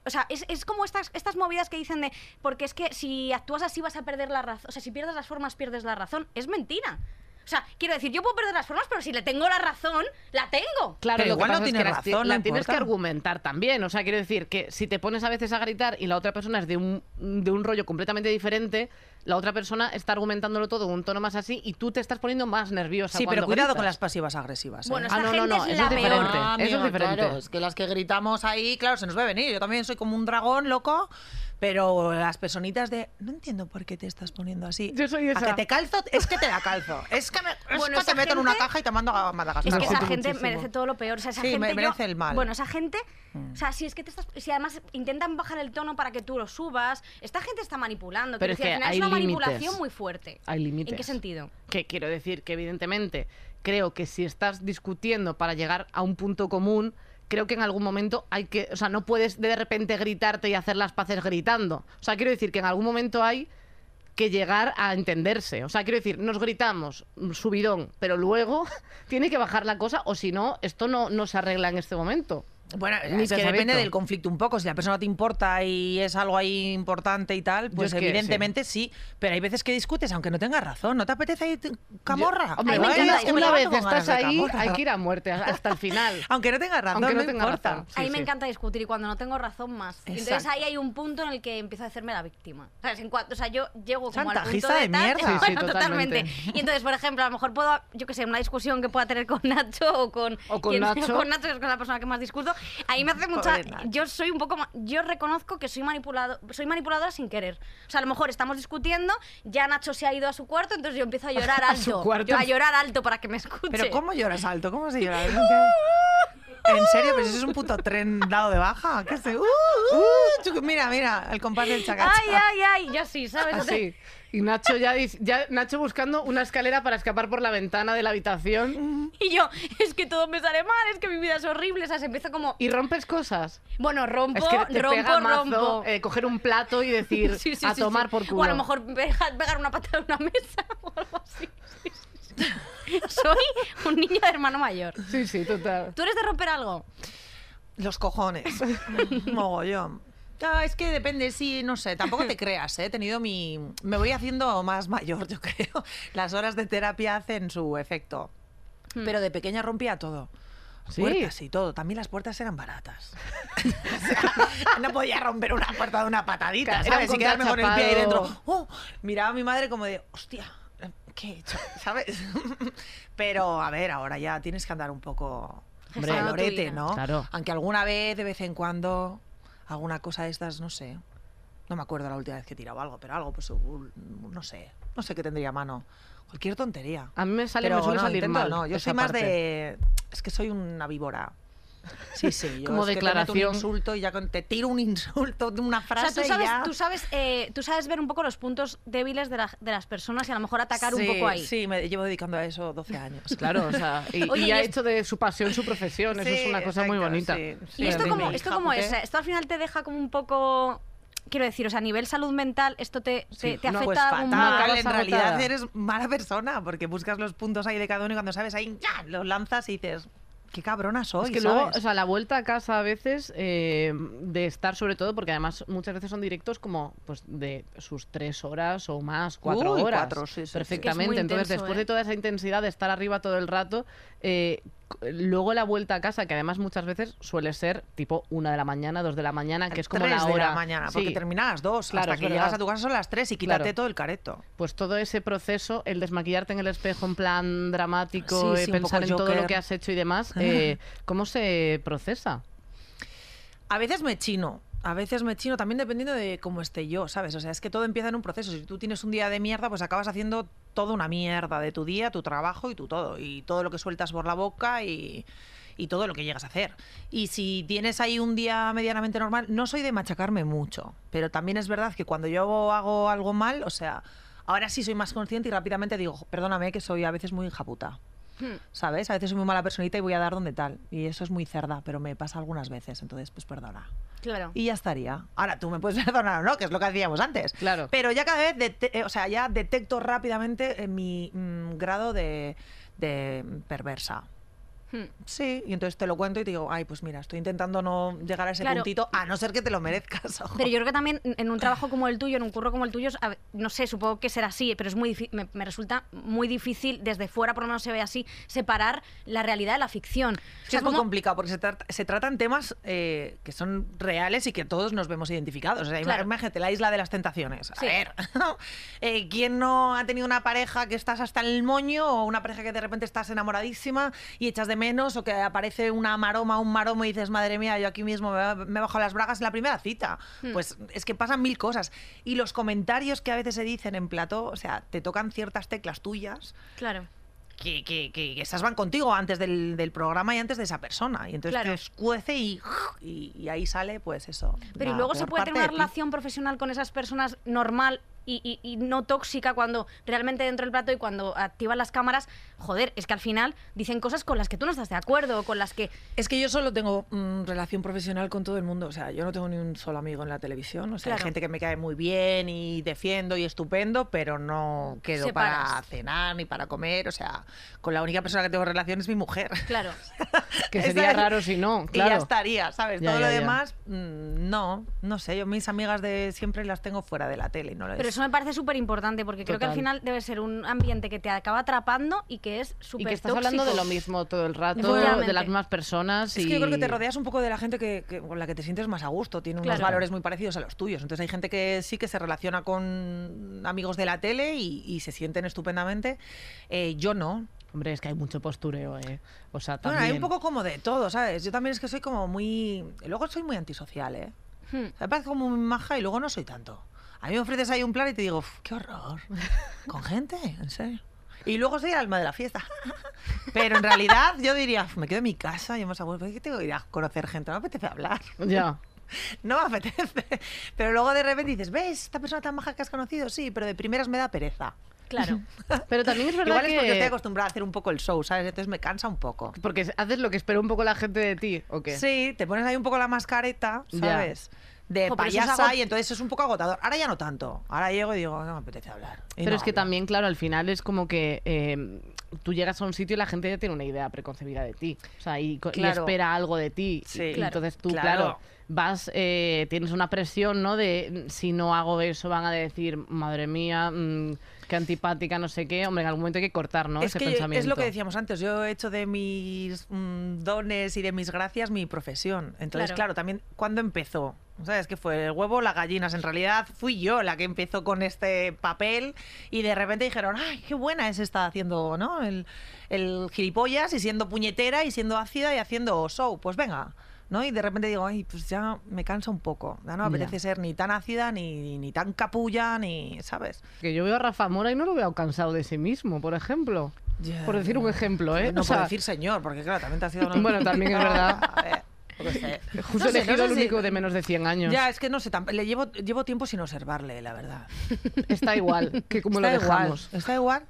Speaker 3: O sea, es, es como estas, estas movidas que dicen de, porque es que si actúas así vas a perder la razón, o sea, si pierdes las formas pierdes la razón. Es mentira. O sea, quiero decir, yo puedo perder las formas, pero si le tengo la razón, la tengo.
Speaker 2: Claro,
Speaker 4: Pero
Speaker 2: lo que
Speaker 4: igual no
Speaker 2: pasa es
Speaker 4: tiene
Speaker 2: que las ti-
Speaker 4: razón, no
Speaker 2: la tienes que
Speaker 4: importa.
Speaker 2: argumentar también. O sea, quiero decir que si te pones a veces a gritar y la otra persona es de un, de un rollo completamente diferente, la otra persona está argumentándolo todo en un tono más así y tú te estás poniendo más nerviosa.
Speaker 4: Sí, pero
Speaker 2: cuando
Speaker 4: cuidado
Speaker 2: gritas.
Speaker 4: con las pasivas agresivas. ¿eh?
Speaker 3: Bueno,
Speaker 2: Ah, no,
Speaker 3: Esa
Speaker 2: no,
Speaker 3: gente
Speaker 2: no,
Speaker 3: es
Speaker 2: eso
Speaker 3: la
Speaker 2: es diferente.
Speaker 3: peor.
Speaker 2: eso es
Speaker 6: amigo,
Speaker 2: diferente.
Speaker 6: claro, es que las que gritamos ahí, claro,
Speaker 4: se nos va a venir. Yo también soy como un dragón loco, pero las personitas de no entiendo por qué te estás poniendo así.
Speaker 2: Yo soy
Speaker 4: A
Speaker 2: esa.
Speaker 4: que te calzo, es que te la calzo. Es que, me, es
Speaker 3: Bueno,
Speaker 4: que
Speaker 3: esa
Speaker 4: te meto en una
Speaker 3: gente-
Speaker 4: caja y te mando a Madagascar.
Speaker 3: Es que
Speaker 2: Lo
Speaker 3: esa
Speaker 2: siento
Speaker 3: gente
Speaker 2: muchísimo.
Speaker 3: merece todo lo peor. O sea, esa
Speaker 4: Sí, me-
Speaker 3: gente yo-
Speaker 4: merece el mal.
Speaker 3: Bueno, esa gente. O
Speaker 2: Mm.
Speaker 3: sea, si es que te estás. Si además intentan bajar el tono para que tú lo subas. Esta gente está manipulando.
Speaker 2: Pero
Speaker 3: quiero
Speaker 2: es
Speaker 3: decir,
Speaker 2: que
Speaker 3: al final
Speaker 2: hay
Speaker 3: es una
Speaker 2: límites.
Speaker 3: manipulación muy fuerte.
Speaker 2: Hay límites.
Speaker 3: ¿En qué sentido?
Speaker 2: Que quiero decir que evidentemente creo que si estás discutiendo para llegar a un punto común, creo que en algún momento hay que, o sea, no puedes de repente gritarte y hacer las paces gritando. O sea, quiero decir que en algún momento hay que llegar a entenderse. O sea, quiero decir, nos gritamos, mm, subidón, pero luego tiene que bajar la cosa o si no, esto no, no se arregla en este momento.
Speaker 4: Bueno,
Speaker 2: Mi
Speaker 4: es que depende
Speaker 2: pensamiento.
Speaker 4: del conflicto un poco. Si la persona te importa y es algo ahí importante y tal,
Speaker 2: es
Speaker 4: pues
Speaker 2: que sí.
Speaker 4: evidentemente sí. Pero hay veces que discutes, aunque no tengas razón. ¿No te apetece ir camorra?
Speaker 2: Hombre,
Speaker 3: Ay, me
Speaker 2: una-
Speaker 3: encanta, es que me
Speaker 2: una vez
Speaker 4: levanto con ganas
Speaker 2: estás
Speaker 4: de
Speaker 2: ahí,
Speaker 4: camorra.
Speaker 2: hay que ir a muerte hasta el final.
Speaker 4: Aunque no tengas razón,
Speaker 2: Aunque no
Speaker 4: no
Speaker 2: tenga
Speaker 4: importa.
Speaker 2: razón. Sí,
Speaker 3: a mí me
Speaker 2: sí.
Speaker 3: encanta discutir y cuando no tengo razón más. Y Entonces
Speaker 4: Exacto.
Speaker 3: ahí hay un punto en el que empiezo a hacerme la víctima. ¿Sabes? En cuanto, o sea, yo llego como al punto
Speaker 4: Chantajista
Speaker 3: de,
Speaker 4: de
Speaker 3: tal-
Speaker 4: mierda. Sí,
Speaker 2: sí,
Speaker 3: Bueno,
Speaker 2: totalmente.
Speaker 3: totalmente. Y entonces, por ejemplo, a lo mejor puedo, yo qué sé, una discusión que pueda tener con Nacho o con
Speaker 2: O con
Speaker 3: quien-
Speaker 2: Nacho.
Speaker 3: con Nacho que es con la persona que más discuto. Ahí me hace mucha
Speaker 4: Pobre Nacho.
Speaker 3: yo soy un poco ma- yo reconozco que soy manipulado, soy manipuladora sin querer. O sea, a lo mejor estamos discutiendo, ya Nacho se ha ido a su cuarto, entonces yo empiezo a llorar
Speaker 2: A su
Speaker 3: alto.
Speaker 2: cuarto.
Speaker 3: Yo a llorar alto para que me escuche.
Speaker 4: Pero ¿cómo lloras alto? ¿Cómo se llora? ¿En serio? ¿Pero si es un puto tren dado de baja? ¿Qué hace? ¡Uh, uh! Chucu- mira, mira, el compás del chacacha.
Speaker 3: Ay, ay, ay, yo sí, ¿sabes?
Speaker 2: Así. Y Nacho ya, dice- ya Nacho buscando una escalera para escapar por la ventana de la habitación
Speaker 3: Y yo, es que todo me sale mal, es que mi vida es horrible, o sea, se empieza como,
Speaker 2: y rompes cosas.
Speaker 3: bueno, rompo,
Speaker 2: Es que te
Speaker 3: rompo,
Speaker 2: pega mazo,
Speaker 3: rompo.
Speaker 2: eh, coger un plato y decir
Speaker 3: Sí, sí,
Speaker 2: a
Speaker 3: sí,
Speaker 2: tomar
Speaker 3: sí.
Speaker 2: por culo.
Speaker 3: O a lo mejor pega- pegar una patada en una mesa o algo así. Sí, sí, sí. Soy un niño de hermano mayor.
Speaker 2: Sí, sí, total.
Speaker 3: ¿Tú eres de romper algo?
Speaker 4: Los cojones. Mogollón. Ah, es que depende, sí, no sé, tampoco te creas, ¿eh? he tenido mi... Me voy haciendo más mayor, yo creo. Las horas de terapia hacen su efecto. Pero de pequeña rompía todo.
Speaker 2: Sí.
Speaker 4: Puertas y todo. También las puertas eran baratas. O sea, no podía romper una puerta de una patadita,
Speaker 2: Claro, era
Speaker 4: ¿sabes?
Speaker 2: un
Speaker 4: Y quedarme con el pie ahí
Speaker 2: contrachapado.
Speaker 4: dentro. ¡Oh! Miraba a mi madre como de, hostia, ¿qué he hecho? ¿Sabes? Pero, a ver, ahora ya tienes que andar un poco
Speaker 3: Hombre.
Speaker 4: al lorete,
Speaker 3: Gestionando tu vida.
Speaker 4: ¿no?
Speaker 2: Claro.
Speaker 4: Aunque alguna vez, de vez en cuando, alguna cosa de estas, no sé. No me acuerdo la última vez que he tirado algo, pero algo, pues, un- no sé. No sé qué tendría a mano. Cualquier tontería.
Speaker 2: A mí me sale, me
Speaker 4: Pero
Speaker 2: suele
Speaker 4: no,
Speaker 2: salir
Speaker 4: intento
Speaker 2: mal.
Speaker 4: no, yo
Speaker 2: esa
Speaker 4: soy más
Speaker 2: parte.
Speaker 4: de... Es que soy una víbora. Sí, sí. Yo
Speaker 2: Como
Speaker 4: es que te meto
Speaker 2: declaración.
Speaker 4: un insulto y ya con- te tiro un insulto de una
Speaker 3: O
Speaker 4: frase
Speaker 3: sea, tú
Speaker 4: y
Speaker 3: sabes,
Speaker 4: ya...
Speaker 3: tú, sabes, eh, tú sabes ver un poco los puntos débiles de, la- de las personas y a lo mejor atacar
Speaker 4: Sí,
Speaker 3: un poco ahí.
Speaker 4: Sí, me llevo dedicando a eso 12 años.
Speaker 2: Claro, o sea, y,
Speaker 3: Oye,
Speaker 2: y
Speaker 3: y
Speaker 2: ha
Speaker 3: es-
Speaker 2: hecho de su pasión su profesión. Eso es
Speaker 4: Sí,
Speaker 2: una cosa muy
Speaker 4: exacto,
Speaker 2: bonita.
Speaker 4: sí, sí.
Speaker 3: ¿Y esto
Speaker 4: de
Speaker 3: cómo,
Speaker 4: mi
Speaker 3: esto
Speaker 4: hija,
Speaker 3: cómo es?
Speaker 4: porque-
Speaker 3: O sea, Esto al final te deja como un poco... Quiero decir, o sea, a nivel salud mental, ¿esto te, te, te afecta
Speaker 4: No, pues
Speaker 3: de algún modo?
Speaker 2: fatal.
Speaker 4: fatal,
Speaker 2: Carlos
Speaker 4: en
Speaker 2: Sabotada.
Speaker 4: realidad eres mala persona porque buscas los puntos ahí de cada uno y cuando sabes ahí ¡ya! los lanzas y dices qué cabrona soy
Speaker 2: Es que
Speaker 4: ¿sabes?
Speaker 2: luego, o sea, la vuelta a casa a veces eh, de estar sobre todo, porque además muchas veces son directos como pues de sus tres horas o más, cuatro
Speaker 4: Uy,
Speaker 2: horas.
Speaker 4: cuatro, sí, sí, sí.
Speaker 2: perfectamente.
Speaker 3: Es muy
Speaker 2: Entonces,
Speaker 3: intenso,
Speaker 2: después
Speaker 3: ¿eh?
Speaker 2: de toda esa intensidad de estar arriba todo el rato, eh, c- luego la vuelta a casa, que además muchas veces suele ser tipo una de la mañana, dos de la mañana, que es como
Speaker 4: Tres
Speaker 2: la hora.
Speaker 4: de la mañana porque
Speaker 2: Sí.
Speaker 4: terminas las dos
Speaker 2: Claro, es
Speaker 4: hasta que
Speaker 2: verdad.
Speaker 4: llegas a tu casa son las tres y quítate
Speaker 2: Claro.
Speaker 4: todo el careto
Speaker 2: Pues todo ese proceso, el desmaquillarte en el espejo en plan dramático,
Speaker 4: Sí,
Speaker 2: eh,
Speaker 4: sí, un
Speaker 2: pensar
Speaker 4: poco
Speaker 2: en todo lo
Speaker 4: Joker.
Speaker 2: que has hecho y demás, eh, ¿cómo se procesa?
Speaker 4: a veces me chino a veces me chino también dependiendo de cómo esté yo, ¿sabes? O sea, es que todo empieza en un proceso. Si tú tienes un día de mierda, pues acabas haciendo toda una mierda de tu día, tu trabajo y tu todo. Y todo lo que sueltas por la boca y, y todo lo que llegas a hacer. Y si tienes ahí un día medianamente normal, no soy de machacarme mucho, pero también es verdad que cuando yo hago algo mal, o sea, ahora sí soy más consciente y rápidamente digo, perdóname que soy a veces muy japuta.
Speaker 3: Hmm,
Speaker 4: ¿Sabes? A veces soy muy mala personita y voy a dar donde tal. Y eso es muy cerda, pero me pasa algunas veces. Entonces, pues perdona.
Speaker 3: Claro.
Speaker 4: Y ya estaría. Ahora tú me puedes perdonar o no, que es lo que hacíamos antes.
Speaker 2: Claro.
Speaker 4: Pero ya cada vez, dete- eh, o sea, ya detecto rápidamente eh, mi mm, grado de, de perversa.
Speaker 3: Hmm.
Speaker 4: Sí, y entonces te lo cuento y te digo, ay, pues mira, estoy intentando no llegar a ese
Speaker 3: Claro.
Speaker 4: puntito, a no ser que te lo merezcas. ojo.
Speaker 3: Pero yo creo que también en
Speaker 2: Ah.
Speaker 3: un trabajo como el tuyo, en un curro como el tuyo, es- a ver, no sé, supongo que será así, pero es muy difí- me, me resulta muy difícil, desde fuera por lo menos se ve así, separar la realidad de la ficción. O
Speaker 4: Sí,
Speaker 3: sea,
Speaker 4: es muy
Speaker 3: ¿cómo-
Speaker 4: complicado porque se, trata- se tratan temas eh, que son reales y que todos nos vemos identificados. O sea,
Speaker 3: Claro.
Speaker 4: imagínate, la isla de las tentaciones. A
Speaker 3: Sí.
Speaker 4: ver, eh, ¿quién no ha tenido una pareja que estás hasta el moño o una pareja que de repente estás enamoradísima y echas de menos o que aparece una maroma, un maromo y dices, madre mía, yo aquí mismo me, me bajo las bragas en la primera cita?
Speaker 3: Hmm.
Speaker 4: Pues es que pasan mil cosas. Y los comentarios que a veces se dicen en plató, o sea, te tocan ciertas teclas tuyas
Speaker 3: Claro.
Speaker 4: que, que, que, que esas van contigo antes del, del programa y antes de esa persona. Y entonces
Speaker 3: Claro.
Speaker 4: te escuece y, y, y ahí sale, pues eso.
Speaker 3: Pero y
Speaker 4: la
Speaker 3: luego se
Speaker 4: peor
Speaker 3: puede tener
Speaker 4: parte
Speaker 3: una
Speaker 4: de ti.
Speaker 3: relación profesional con esas personas normal y, y- y no tóxica cuando realmente dentro del plato y cuando activan las cámaras, joder, es que al final dicen cosas con las que tú no estás de acuerdo, con las que...
Speaker 4: Es que yo solo tengo mm, relación profesional con todo el mundo. O sea, yo no tengo ni un solo amigo en la televisión. O sea, hay
Speaker 3: Claro.
Speaker 4: gente que me cae muy bien y defiendo y estupendo, pero no quedo para
Speaker 3: Separas.
Speaker 4: cenar ni para comer. O sea, con la única persona que tengo relación es mi mujer.
Speaker 3: Claro.
Speaker 2: Que sería
Speaker 4: Esa-
Speaker 2: raro si no,
Speaker 4: Y ya
Speaker 2: claro.
Speaker 4: estaría, ¿sabes?
Speaker 2: Ya,
Speaker 4: Todo lo
Speaker 2: ya, ya.
Speaker 4: demás, mm, no, no sé. Yo mis amigas de siempre las tengo fuera de la tele, no les-
Speaker 3: Pero eso me parece súper importante porque creo que al
Speaker 2: Total.
Speaker 3: final debe ser un ambiente que te acaba atrapando y que es súper
Speaker 2: Y que estás hablando de lo mismo todo el rato,
Speaker 3: Efectivamente.
Speaker 2: de las mismas personas.
Speaker 4: Es que yo creo que te
Speaker 2: y-
Speaker 4: rodeas un poco de la gente que, que- con la que te sientes más a gusto, tiene unos
Speaker 3: Claro.
Speaker 4: valores muy parecidos a los tuyos. Entonces hay gente que sí que se relaciona con amigos de la tele y, y se sienten estupendamente. Eh, yo no.
Speaker 2: Hombre, es que hay mucho postureo, ¿eh? O sea,
Speaker 4: Bueno,
Speaker 2: también...
Speaker 4: hay un poco como de todo, ¿sabes? Yo también es que soy como muy... Luego soy muy antisocial, ¿eh?
Speaker 2: Hmm.
Speaker 4: Me parece como muy maja y luego no soy tanto. A mí me ofreces ahí un plan y te digo, "Uf, qué horror. ¿Con gente? ¿En serio? Y luego soy el alma de la fiesta. Pero en realidad yo diría, "Uf, me quedo en mi casa, yo más a gusto, ¿por ¿qué tengo que ir a conocer gente? No me apetece hablar.
Speaker 2: Ya.
Speaker 4: No me apetece. Pero luego de repente dices, ¿ves? Esta persona tan maja que has conocido, sí, pero de primeras me da pereza.
Speaker 3: Claro.
Speaker 2: Pero también es verdad
Speaker 4: Igual
Speaker 2: que...
Speaker 4: es porque estoy acostumbrada a hacer un poco el show, ¿sabes? Entonces me cansa un poco.
Speaker 2: porque haces lo que espera un poco la gente de ti, ¿o qué?
Speaker 4: Sí, te pones ahí un poco la mascareta,
Speaker 2: Ya.
Speaker 4: ¿sabes? De
Speaker 3: Jo, pero eso es
Speaker 4: payasa
Speaker 3: agot-
Speaker 4: y entonces es un poco agotador. Ahora ya no tanto. Ahora llego y digo, no me apetece hablar. Y
Speaker 2: Pero
Speaker 4: no
Speaker 2: es que
Speaker 4: hablo.
Speaker 2: también, claro, al final es como que eh, tú llegas a un sitio y la gente ya tiene una idea preconcebida de ti. O sea, y, co- y
Speaker 4: Claro.
Speaker 2: espera algo de ti.
Speaker 4: Sí.
Speaker 2: Y- y
Speaker 4: Claro.
Speaker 2: entonces tú, claro,
Speaker 4: Claro.
Speaker 2: vas, eh, tienes una presión, ¿no? De mm, si no hago eso van a decir, madre mía, mm, qué antipática, no sé qué. Hombre, en algún momento hay que cortar, ¿no?
Speaker 4: Es
Speaker 2: Ese
Speaker 4: que yo-
Speaker 2: pensamiento.
Speaker 4: es lo que decíamos antes, yo he hecho de mis mm, dones y de mis gracias mi profesión. Entonces,
Speaker 3: Claro.
Speaker 4: claro, también, ¿cuándo empezó? ¿Sabes que fue el huevo o las gallinas? En realidad fui yo la que empezó con este papel y de repente dijeron, ¡ay, qué buena es esta haciendo, ¿no? El, el gilipollas y siendo puñetera y siendo ácida y haciendo show. Pues venga. ¿No? Y de repente digo, ay, pues ya me cansa un poco. Ya no me
Speaker 2: Ya.
Speaker 4: apetece ser ni tan ácida, ni, ni tan capulla, ni, ¿sabes?
Speaker 2: Que yo veo a Rafa Mora y no lo veo cansado de sí mismo, por ejemplo.
Speaker 4: Ya,
Speaker 2: por decir un
Speaker 4: no.
Speaker 2: ejemplo, ¿eh?
Speaker 4: No
Speaker 2: O
Speaker 4: por
Speaker 2: sea,
Speaker 4: decir señor, porque claro, también te ha sido una...
Speaker 2: Bueno, también es verdad.
Speaker 4: A ver, yo qué sé.
Speaker 2: Justo
Speaker 4: No sé,
Speaker 2: elegido
Speaker 4: no
Speaker 2: el
Speaker 4: sé si-
Speaker 2: único de menos de 100 años.
Speaker 4: Ya, es que no sé, tam- le llevo, llevo tiempo sin observarle, la verdad.
Speaker 2: Está igual que como lo
Speaker 4: Está igual,
Speaker 2: dejamos.
Speaker 4: Está igual.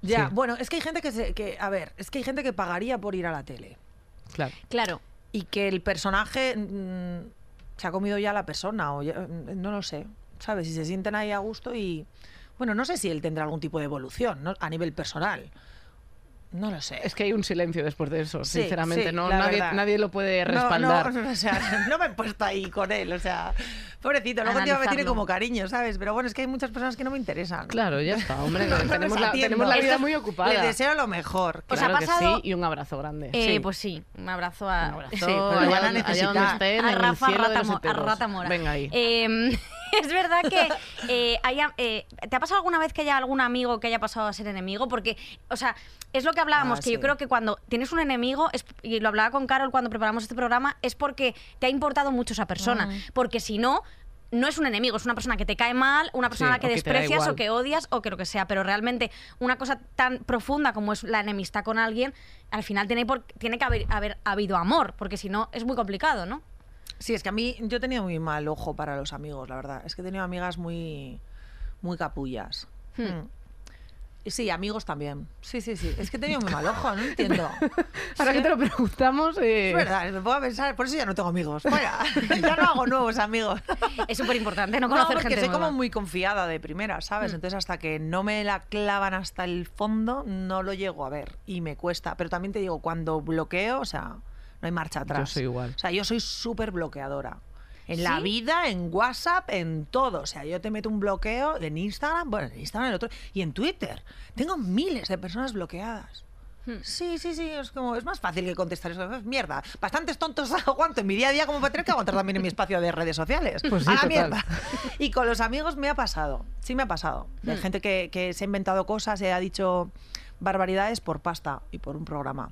Speaker 4: Ya,
Speaker 2: Sí.
Speaker 4: bueno, es que hay gente que, se, que, a ver, es que hay gente que pagaría por ir a la tele
Speaker 2: Claro.
Speaker 3: Claro.
Speaker 4: y que el personaje mm, se ha comido ya a la persona o ya- mm, no lo sé, ¿sabes? Si se sienten ahí a gusto y bueno, no sé si él tendrá algún tipo de evolución ¿no? a nivel personal. No lo sé.
Speaker 2: Es que hay un silencio después de eso,
Speaker 4: Sí,
Speaker 2: sinceramente.
Speaker 4: sí,
Speaker 2: no,
Speaker 4: la
Speaker 2: nadie,
Speaker 4: verdad.
Speaker 2: nadie lo puede
Speaker 4: No,
Speaker 2: respaldar.
Speaker 4: No, o sea, no me he puesto ahí con él, o sea, pobrecito, luego tío me tiene
Speaker 3: Analizarlo.
Speaker 4: como cariño, ¿sabes? Pero bueno, es que hay muchas personas que no me interesan.
Speaker 2: Claro, ya está, hombre.
Speaker 4: No, no
Speaker 2: tenemos,
Speaker 4: les
Speaker 2: la,
Speaker 4: atiendo.
Speaker 2: tenemos la vida
Speaker 4: Estos-
Speaker 2: muy ocupada.
Speaker 4: Les deseo lo mejor.
Speaker 3: O sea,
Speaker 2: Claro que
Speaker 3: pasado-
Speaker 2: sí, y un abrazo grande.
Speaker 3: Eh,
Speaker 2: Sí.
Speaker 3: Pues sí, un abrazo a...
Speaker 2: Un abrazo,
Speaker 3: sí,
Speaker 2: allá
Speaker 4: van a
Speaker 2: donde- allá
Speaker 4: necesitar.
Speaker 2: donde estén,
Speaker 3: a
Speaker 2: en el
Speaker 3: Rafa,
Speaker 2: cielo de los
Speaker 3: Ratamo- a
Speaker 2: eternos.
Speaker 3: Rata Mora.
Speaker 2: Venga ahí.
Speaker 3: Eh, es verdad que eh, haya- eh, ¿te ha pasado alguna vez que haya algún amigo que haya pasado a ser enemigo? Porque, o sea, es lo que hablábamos,
Speaker 4: Ah,
Speaker 3: que yo
Speaker 4: sí.
Speaker 3: creo que cuando tienes un enemigo, es- y lo hablaba con Carol cuando preparamos este programa, es porque te ha importado mucho esa persona. Porque si no, no es un enemigo, es una persona que te cae mal, una persona
Speaker 2: Sí,
Speaker 3: a la que
Speaker 2: o que te da
Speaker 3: desprecias
Speaker 2: igual.
Speaker 3: o que odias o que lo que sea, pero realmente una cosa tan profunda como es la enemistad con alguien, al final tiene, por- tiene que haber, haber habido amor, porque si no es muy complicado, ¿no?
Speaker 4: Sí, es que a mí yo he tenido muy mal ojo para los amigos, la verdad. Es que he tenido amigas muy, muy capullas.
Speaker 2: Hmm.
Speaker 4: Mm. Y Sí, amigos también. Sí, sí, sí. Es que he tenido muy mal ojo, no entiendo.
Speaker 2: Ahora que te lo preguntamos, eh,
Speaker 4: Es verdad, me puedo pensar, por eso ya no tengo amigos. Fuera, ya no hago nuevos amigos.
Speaker 3: Es súper importante no
Speaker 4: No,
Speaker 3: conocer
Speaker 4: porque
Speaker 3: gente
Speaker 4: soy
Speaker 3: nueva. Mm.
Speaker 4: como muy confiada de primera, ¿sabes? Entonces hasta que no me la clavan hasta el fondo, no lo llego a ver y me cuesta. Pero también te digo, cuando bloqueo, o sea, no hay marcha atrás.
Speaker 2: soy igual.
Speaker 4: O sea, yo soy súper bloqueadora. En la
Speaker 3: ¿Sí?
Speaker 4: vida, en WhatsApp, en todo. O sea, yo te meto un bloqueo en Instagram, bueno, en Instagram el otro, y en Twitter. Tengo miles de personas bloqueadas.
Speaker 2: Mm.
Speaker 4: Sí, sí, sí, es como es más fácil que contestar eso. Mierda, bastantes tontos aguanto en mi día a día como para tener que aguantar también en mi espacio de redes sociales.
Speaker 2: Pues sí,
Speaker 4: a la
Speaker 2: total.
Speaker 4: mierda. Y con los amigos me ha pasado, sí me ha pasado.
Speaker 2: Mm.
Speaker 4: De gente que, que se ha inventado cosas y ha dicho barbaridades por pasta y por un programa.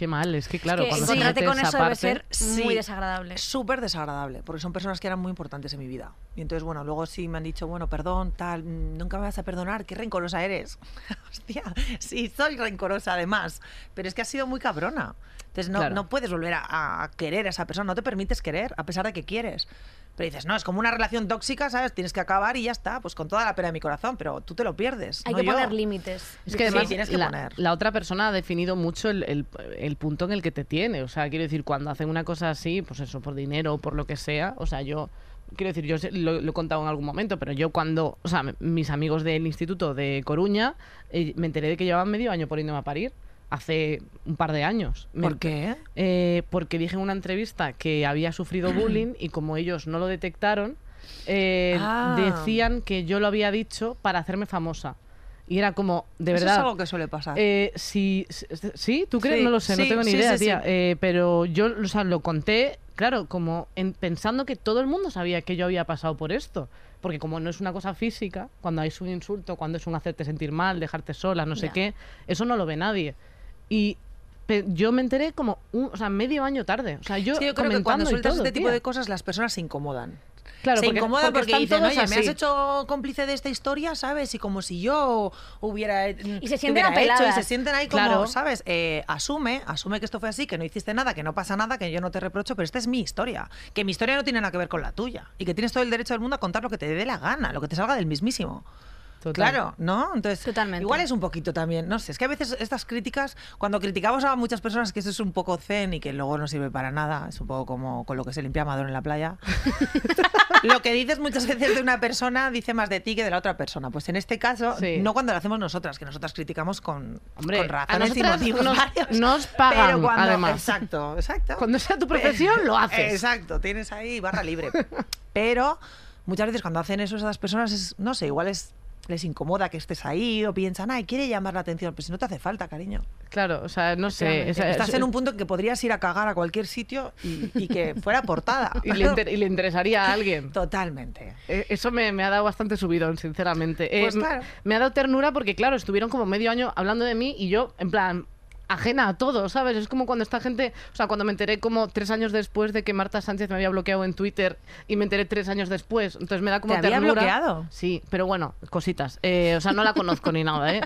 Speaker 2: qué mal, es que claro,
Speaker 3: que
Speaker 2: cuando se
Speaker 3: encontrarte
Speaker 2: mete
Speaker 3: con
Speaker 2: esa
Speaker 3: eso
Speaker 2: parte,
Speaker 3: debe ser muy desagradable.
Speaker 4: Súper desagradable, porque son personas que eran muy importantes en mi vida. Y entonces, bueno, luego sí me han dicho, bueno, perdón, tal, mm, nunca me vas a perdonar, qué rencorosa eres. Hostia, sí, soy rencorosa además, pero es que has sido muy cabrona. Entonces no,
Speaker 2: Claro.
Speaker 4: no puedes volver a, a querer a esa persona, no te permites querer, a pesar de que quieres. Pero dices, no, es como una relación tóxica, ¿sabes? Tienes que acabar y ya está, pues con toda la pena de mi corazón, pero tú te lo pierdes.
Speaker 3: Hay
Speaker 4: no
Speaker 3: que
Speaker 4: yo.
Speaker 3: poner límites.
Speaker 2: Es que
Speaker 4: Sí,
Speaker 2: además
Speaker 4: tienes que
Speaker 2: la,
Speaker 4: poner.
Speaker 2: la otra persona ha definido mucho el, el- el punto en el que te tiene. O sea, quiero decir, cuando hacen una cosa así, pues eso, por dinero o por lo que sea, o sea, yo... Quiero decir, yo sé- lo, lo he contado en algún momento, pero yo cuando, o sea, m- mis amigos del instituto de Coruña, eh, me enteré de que llevaban medio año poniéndome a parir, hace un par de años. Me
Speaker 4: ¿Por
Speaker 2: ent-
Speaker 4: qué?
Speaker 2: eh, porque dije en una entrevista que había sufrido bullying y como ellos no lo detectaron, eh,
Speaker 4: Ah.
Speaker 2: decían que yo lo había dicho para hacerme famosa. Y era como, de
Speaker 4: Eso
Speaker 2: verdad.
Speaker 4: es algo que suele pasar.
Speaker 2: eh, si, si- ¿Sí? ¿Tú crees?
Speaker 4: Sí,
Speaker 2: no lo sé, no
Speaker 4: sí,
Speaker 2: tengo ni
Speaker 4: sí,
Speaker 2: idea,
Speaker 4: sí,
Speaker 2: tía.
Speaker 4: sí.
Speaker 2: Eh, pero yo o sea, lo conté, claro, como en- pensando que todo el mundo sabía que yo había pasado por esto. Porque como no es una cosa física, cuando es un insulto, cuando es un hacerte sentir mal, dejarte sola, no sé
Speaker 3: Ya.
Speaker 2: qué, eso no lo ve nadie. Y pe- yo me enteré como un, o sea, medio año tarde. O sea, yo,
Speaker 4: Sí, yo creo que cuando
Speaker 2: comentando y
Speaker 4: sueltas
Speaker 2: todo,
Speaker 4: este tipo
Speaker 2: tía.
Speaker 4: de cosas las personas se incomodan.
Speaker 2: Claro,
Speaker 4: se
Speaker 2: porque-
Speaker 4: incomodan porque,
Speaker 2: están
Speaker 4: dicen,
Speaker 2: todos
Speaker 4: oye, me has
Speaker 2: así".
Speaker 4: hecho cómplice de esta historia, ¿sabes? Y como si yo hubiera... Y
Speaker 3: se sienten apeladas.
Speaker 4: y se sienten ahí como,
Speaker 2: Claro.
Speaker 4: ¿sabes? Eh, asume, asume que esto fue así, que no hiciste nada, que no pasa nada, que yo no te reprocho, pero esta es mi historia. Que mi historia no tiene nada que ver con la tuya. Y que tienes todo el derecho del mundo a contar lo que te dé la gana, lo que te salga del mismísimo.
Speaker 2: Total.
Speaker 4: Claro, ¿no? Entonces,
Speaker 3: Totalmente.
Speaker 4: igual es un poquito también, no sé, es que a veces estas críticas, cuando criticamos a muchas personas que eso es un poco zen y que luego no sirve para nada, es un poco como con lo que se limpia Maduro en la playa. lo que dices muchas veces de una persona dice más de ti que de la otra persona. Pues en este caso,
Speaker 2: Sí.
Speaker 4: no cuando lo hacemos nosotras, que nosotras criticamos con,
Speaker 2: Hombre,
Speaker 4: con
Speaker 2: a
Speaker 4: razones y
Speaker 2: nosotras
Speaker 4: motivos
Speaker 2: nos-
Speaker 4: varios.
Speaker 2: nos pagan,
Speaker 4: Pero cuando-
Speaker 2: además.
Speaker 4: Exacto, exacto.
Speaker 2: Cuando sea tu profesión, lo haces.
Speaker 4: Eh, Exacto, tienes ahí barra libre. Pero muchas veces cuando hacen eso esas personas, es, no sé, igual es, les incomoda que estés ahí o piensan, ay, quiere llamar la atención, pero si no te hace falta, cariño.
Speaker 2: Claro, o sea, no sé. o sea,
Speaker 4: Estás
Speaker 2: es-
Speaker 4: en un punto en que podrías ir a cagar a cualquier sitio y, y que fuera portada.
Speaker 2: y le inter- y le interesaría a alguien.
Speaker 4: Totalmente.
Speaker 2: Eh, Eso me, me ha dado bastante subidón, sinceramente. Eh,
Speaker 4: Pues
Speaker 2: m-
Speaker 4: claro.
Speaker 2: Me ha dado ternura porque, claro, estuvieron como medio año hablando de mí y yo, en plan, ajena a todo, ¿sabes? Es como cuando esta gente, o sea, cuando me enteré como tres años después de que Marta Sánchez me había bloqueado en Twitter y me enteré tres años después. Entonces me da como
Speaker 4: ¿Te había
Speaker 2: ternura.
Speaker 4: bloqueado?
Speaker 2: Sí, pero bueno, cositas. Eh, o sea, no la conozco ni nada, ¿eh?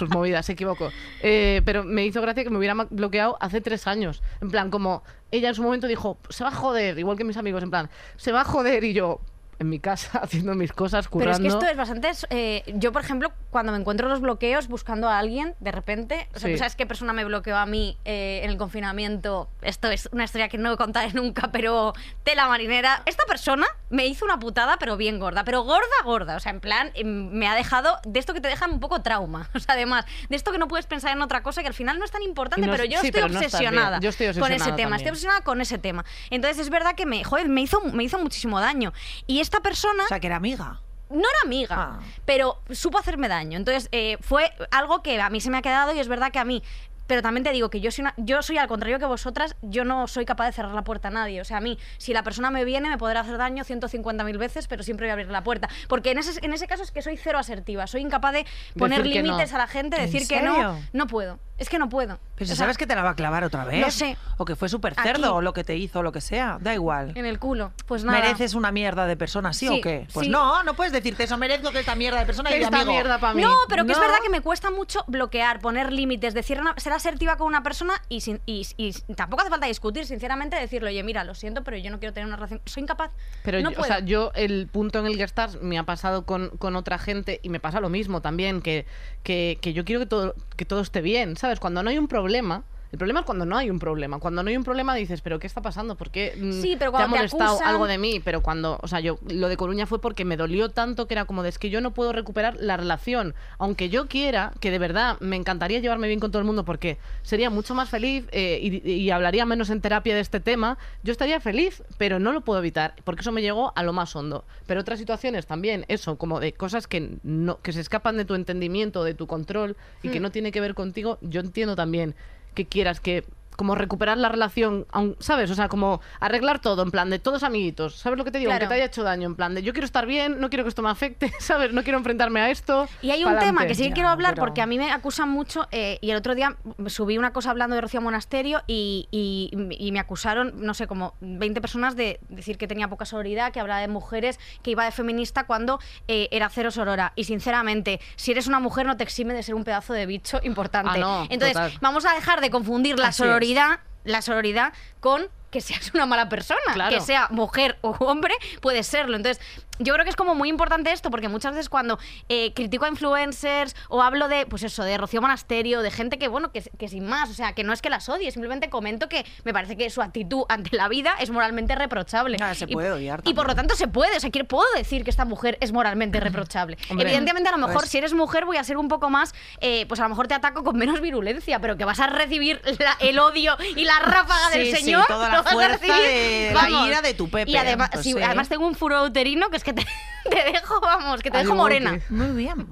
Speaker 2: Sus movidas, se equivoco. Eh, pero me hizo gracia que me hubiera ma- bloqueado hace tres años. En plan, como ella en su momento dijo, se va a joder, igual que mis amigos, en plan, se va a joder y yo en mi casa haciendo mis cosas,
Speaker 3: Pero
Speaker 2: currando.
Speaker 3: es que esto es bastante. eh, yo, por ejemplo, cuando me encuentro los bloqueos buscando a alguien, de repente. O sea,
Speaker 2: Sí.
Speaker 3: ¿tú ¿sabes qué persona me bloqueó a mí eh, en el confinamiento? Esto es una historia que no contaré nunca, pero tela marinera. Esta persona me hizo una putada, pero bien gorda. Pero gorda, gorda. O sea, en plan, em, me ha dejado. De esto que te dejan un poco trauma. O sea, además, de esto que no puedes pensar en otra cosa que al final no es tan importante,
Speaker 2: Y no es-
Speaker 3: pero yo
Speaker 2: sí,
Speaker 3: estoy
Speaker 2: pero no estás bien.
Speaker 3: obsesionada
Speaker 2: Yo estoy
Speaker 3: con ese
Speaker 2: obsesionada
Speaker 3: tema.
Speaker 2: también.
Speaker 3: Estoy obsesionada con ese tema. Entonces, es verdad que me, joder, me, hizo, me hizo muchísimo daño. Y esta persona.
Speaker 4: O sea, que era amiga.
Speaker 3: No era amiga,
Speaker 4: Ah.
Speaker 3: pero supo hacerme daño. Entonces, eh, fue algo que a mí se me ha quedado y es verdad que a mí. Pero también te digo que yo soy, una- yo soy al contrario que vosotras, yo no soy capaz de cerrar la puerta a nadie. O sea, a mí, si la persona me viene, me podrá hacer daño 150.000 veces, pero siempre voy a abrir la puerta. Porque en ese, en ese caso es que soy cero asertiva, soy incapaz de poner
Speaker 2: Decir que no.
Speaker 3: límites a la gente,
Speaker 4: ¿En
Speaker 3: decir que
Speaker 4: serio?
Speaker 3: no. No puedo. Es que no puedo. O
Speaker 4: Pero si
Speaker 3: sea,
Speaker 4: sabes que te la va a clavar otra vez.
Speaker 3: lo sé.
Speaker 4: O que fue súper
Speaker 3: Aquí.
Speaker 4: cerdo, o lo que te hizo, o lo que sea. Da igual.
Speaker 3: En el culo. Pues nada.
Speaker 4: ¿Mereces una mierda de persona, sí,
Speaker 3: Sí,
Speaker 4: o qué? Pues
Speaker 3: sí.
Speaker 4: no, no puedes decirte eso, merezco que esta mierda de persona y de
Speaker 2: Esta
Speaker 4: amigo.
Speaker 2: mierda para mí.
Speaker 3: No, pero que es
Speaker 4: No.
Speaker 3: verdad que me cuesta mucho bloquear, poner límites, decir una- ser asertiva con una persona y, sin- y- y tampoco hace falta discutir, sinceramente, decirle, oye, mira, lo siento, pero yo no quiero tener una relación. Soy incapaz.
Speaker 2: Pero yo,
Speaker 3: no
Speaker 2: o
Speaker 3: puedo.
Speaker 2: sea, yo el punto en el que estás me ha pasado con, con otra gente y me pasa lo mismo también, que, que, que yo quiero que todo, que todo esté bien, ¿sabes? Cuando no hay un problema... El problema es cuando no hay un problema. Cuando no hay un problema dices, pero ¿qué está pasando? ¿Por qué mm,
Speaker 3: Sí, pero
Speaker 2: te ha
Speaker 3: cuando te
Speaker 2: molestado
Speaker 3: acusan-
Speaker 2: algo de mí? Pero cuando, o sea, yo lo de Coruña fue porque me dolió tanto que era como de, es que yo no puedo recuperar la relación. Aunque yo quiera, que de verdad me encantaría llevarme bien con todo el mundo porque sería mucho más feliz eh, y, y hablaría menos en terapia de este tema, yo estaría feliz, pero no lo puedo evitar porque eso me llegó a lo más hondo. Pero otras situaciones también, eso, como de cosas que, no, que se escapan de tu entendimiento, de tu control y
Speaker 3: Hmm.
Speaker 2: que no tiene que ver contigo, yo entiendo también que quieras que como recuperar la relación, aun- ¿sabes? O sea, como arreglar todo, en plan de todos amiguitos, ¿sabes lo que te digo?
Speaker 3: Claro.
Speaker 2: Que te haya hecho daño, en plan de yo quiero estar bien, no quiero que esto me afecte, ¿sabes? No quiero enfrentarme a esto.
Speaker 3: Y hay un
Speaker 2: pa'lante.
Speaker 3: tema que sí que
Speaker 4: Ya,
Speaker 3: quiero hablar
Speaker 4: pero-
Speaker 3: porque a mí me acusan mucho eh, y el otro día subí una cosa hablando de Rocío Monasterio y, y- y me acusaron, no sé, como 20 personas de decir que tenía poca sororidad, que hablaba de mujeres, que iba de feminista cuando eh, era cero sorora. Y sinceramente, si eres una mujer no te exime de ser un pedazo de bicho importante.
Speaker 2: Ah, no,
Speaker 3: Entonces,
Speaker 2: total.
Speaker 3: vamos a dejar de confundir la
Speaker 4: Así es.
Speaker 3: sororidad, la sororidad con que seas una mala persona,
Speaker 2: Claro.
Speaker 3: que sea sea mujer o hombre, puede serlo. Entonces, yo creo que es como muy importante esto, porque muchas veces cuando eh, critico a influencers o hablo de, pues eso, de Rocío Monasterio, de gente que, bueno, que, que sin más, o sea, que no es que las odie, simplemente comento que me parece que su actitud ante la vida es moralmente reprochable.
Speaker 4: Ah, se
Speaker 3: Y-
Speaker 4: puede odiar
Speaker 3: Y por lo tanto se puede, o sea, quiero- puedo decir que esta mujer es moralmente reprochable.
Speaker 2: Hombre,
Speaker 3: Evidentemente, a lo mejor
Speaker 4: pues-
Speaker 3: si eres mujer voy a ser un poco más, eh, pues a lo mejor te ataco con menos virulencia, pero que vas a recibir la- el odio y la ráfaga
Speaker 4: Sí,
Speaker 3: del
Speaker 4: sí,
Speaker 3: señor.
Speaker 4: toda la
Speaker 3: lo vas a
Speaker 4: fuerza
Speaker 3: recibir,
Speaker 4: de la ira de tu Pepe,
Speaker 3: Y además,
Speaker 4: pues
Speaker 3: sí,
Speaker 4: sí.
Speaker 3: además tengo un furor uterino que es que te, te dejo, vamos, que te
Speaker 2: Al
Speaker 3: dejo
Speaker 2: bote.
Speaker 3: morena.
Speaker 4: Muy bien.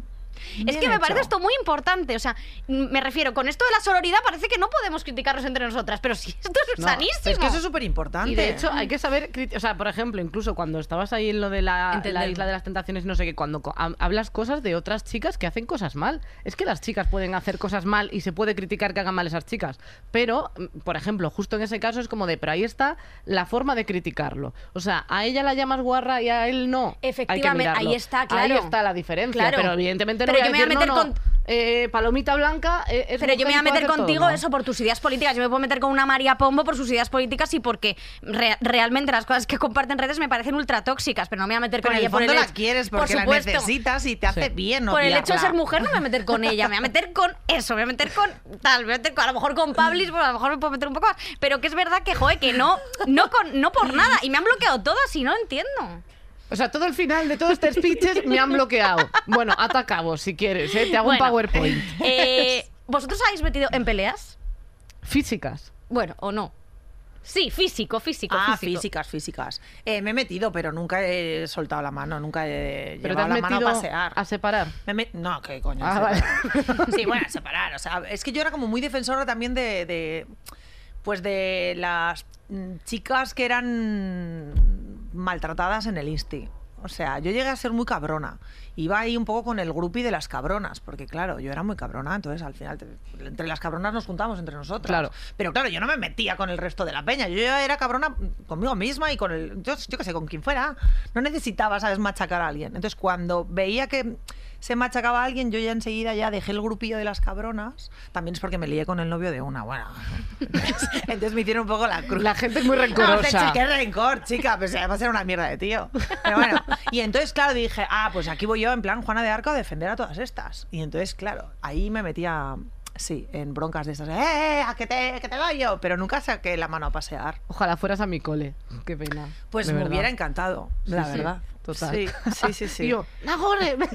Speaker 3: Es que me parece esto muy importante, o sea, m- me refiero, con esto de la sororidad parece que no podemos criticarnos entre nosotras, pero sí, esto es sanísimo.
Speaker 4: Es que eso es súper importante.
Speaker 2: Y de hecho
Speaker 3: Mm.
Speaker 2: hay que saber, criti- o sea, por ejemplo, incluso cuando estabas ahí en lo de la,
Speaker 3: Entender.
Speaker 2: la isla de las tentaciones, no sé qué, cuando co- ha- hablas cosas de otras chicas que hacen cosas mal. Es que las chicas pueden hacer cosas mal y se puede criticar que hagan mal esas chicas. Pero, mm, por ejemplo, justo en ese caso es como de, pero ahí está la forma de criticarlo. O sea, a ella la llamas guarra y a él no. Hay que
Speaker 3: Efectivamente,
Speaker 2: mirarlo.
Speaker 3: ahí está, claro.
Speaker 2: Ahí está la diferencia.
Speaker 3: Claro.
Speaker 2: Pero evidentemente no
Speaker 3: Pero
Speaker 2: voy
Speaker 3: yo
Speaker 2: a
Speaker 3: me voy a
Speaker 2: decir,
Speaker 3: meter
Speaker 2: no, no,
Speaker 3: con-
Speaker 2: eh, palomita blanca eh, es
Speaker 3: Pero yo
Speaker 2: mujer
Speaker 3: me voy
Speaker 2: y
Speaker 3: a
Speaker 2: puede
Speaker 3: meter
Speaker 2: hacer todo,
Speaker 3: contigo
Speaker 2: ¿no?
Speaker 3: eso por tus ideas políticas. Yo me puedo meter con una María Pombo por sus ideas políticas y porque re- realmente las cosas que comparten redes me parecen ultra tóxicas, pero no me voy a meter
Speaker 4: Pero
Speaker 3: con
Speaker 4: en
Speaker 3: ella
Speaker 4: el fondo
Speaker 3: por el
Speaker 4: la
Speaker 3: hecho-
Speaker 4: quieres
Speaker 3: por
Speaker 4: porque la
Speaker 3: supuesto.
Speaker 4: necesitas y te hace
Speaker 2: Sí.
Speaker 4: bien
Speaker 3: Por el hecho de
Speaker 4: odiarla.
Speaker 3: ser mujer no me voy a meter con ella, me voy a meter con eso, me voy a meter con tal, me voy a meter con, a lo mejor con Pablis, pues a lo mejor me puedo meter un poco más, pero que es verdad que joder, que no no con, no por nada y me han bloqueado todas y no entiendo.
Speaker 2: O sea, todo el final de todos estos speeches me han bloqueado. Bueno, atacamos si quieres, ¿eh? Te hago
Speaker 3: Bueno.
Speaker 2: un PowerPoint.
Speaker 3: Eh, ¿vosotros habéis metido en peleas?
Speaker 2: Físicas.
Speaker 3: Bueno, o no. Sí, físico, físico,
Speaker 4: Ah,
Speaker 3: físico.
Speaker 4: físicas, físicas. Eh, me he metido, pero nunca he soltado la mano, nunca he
Speaker 2: Pero te
Speaker 4: llevado
Speaker 2: has
Speaker 4: la mano a
Speaker 2: metido
Speaker 4: pasear.
Speaker 2: a separar.
Speaker 4: Me met- No, qué coño.
Speaker 2: Ah,
Speaker 4: separar. Sí, bueno, separar. O sea, es que yo era como muy defensora también de. de, pues de las mm, chicas que eran maltratadas en el Insti. O sea, yo llegué a ser muy cabrona. Iba ahí un poco con el grupi de las cabronas, porque claro, yo era muy cabrona, entonces al final te- entre las cabronas nos juntamos entre nosotras.
Speaker 2: Claro.
Speaker 4: Pero claro, yo no me metía con el resto de la peña. Yo ya era cabrona conmigo misma y con el. Yo, yo qué sé, con quien fuera. No necesitaba, ¿sabes?, machacar a alguien. Entonces, cuando veía que se machacaba a alguien, yo ya enseguida ya dejé el grupillo de las cabronas. También es porque me lié con el novio de una. Bueno. Entonces, entonces me hicieron un poco la cruz.
Speaker 2: La gente es muy
Speaker 4: No, te
Speaker 2: rencorosa.
Speaker 4: eché, qué rencor, chica. Pues además era una mierda de tío. Pero bueno. Y entonces, claro, dije, ah, pues aquí voy yo en plan Juana de Arco a defender a todas estas. Y entonces, claro, ahí me metía, sí, en broncas de esas. ¡Eh, eh, a que te, que te voy yo! Pero nunca saqué la mano a pasear.
Speaker 2: Ojalá fueras a mi cole. Qué pena.
Speaker 4: Pues
Speaker 2: de
Speaker 4: me
Speaker 2: verdad.
Speaker 4: hubiera encantado,
Speaker 2: Sí,
Speaker 4: la
Speaker 2: sí,
Speaker 4: verdad.
Speaker 2: total.
Speaker 4: Sí, sí, sí. sí.
Speaker 2: Y yo, ¡Nagore! ven".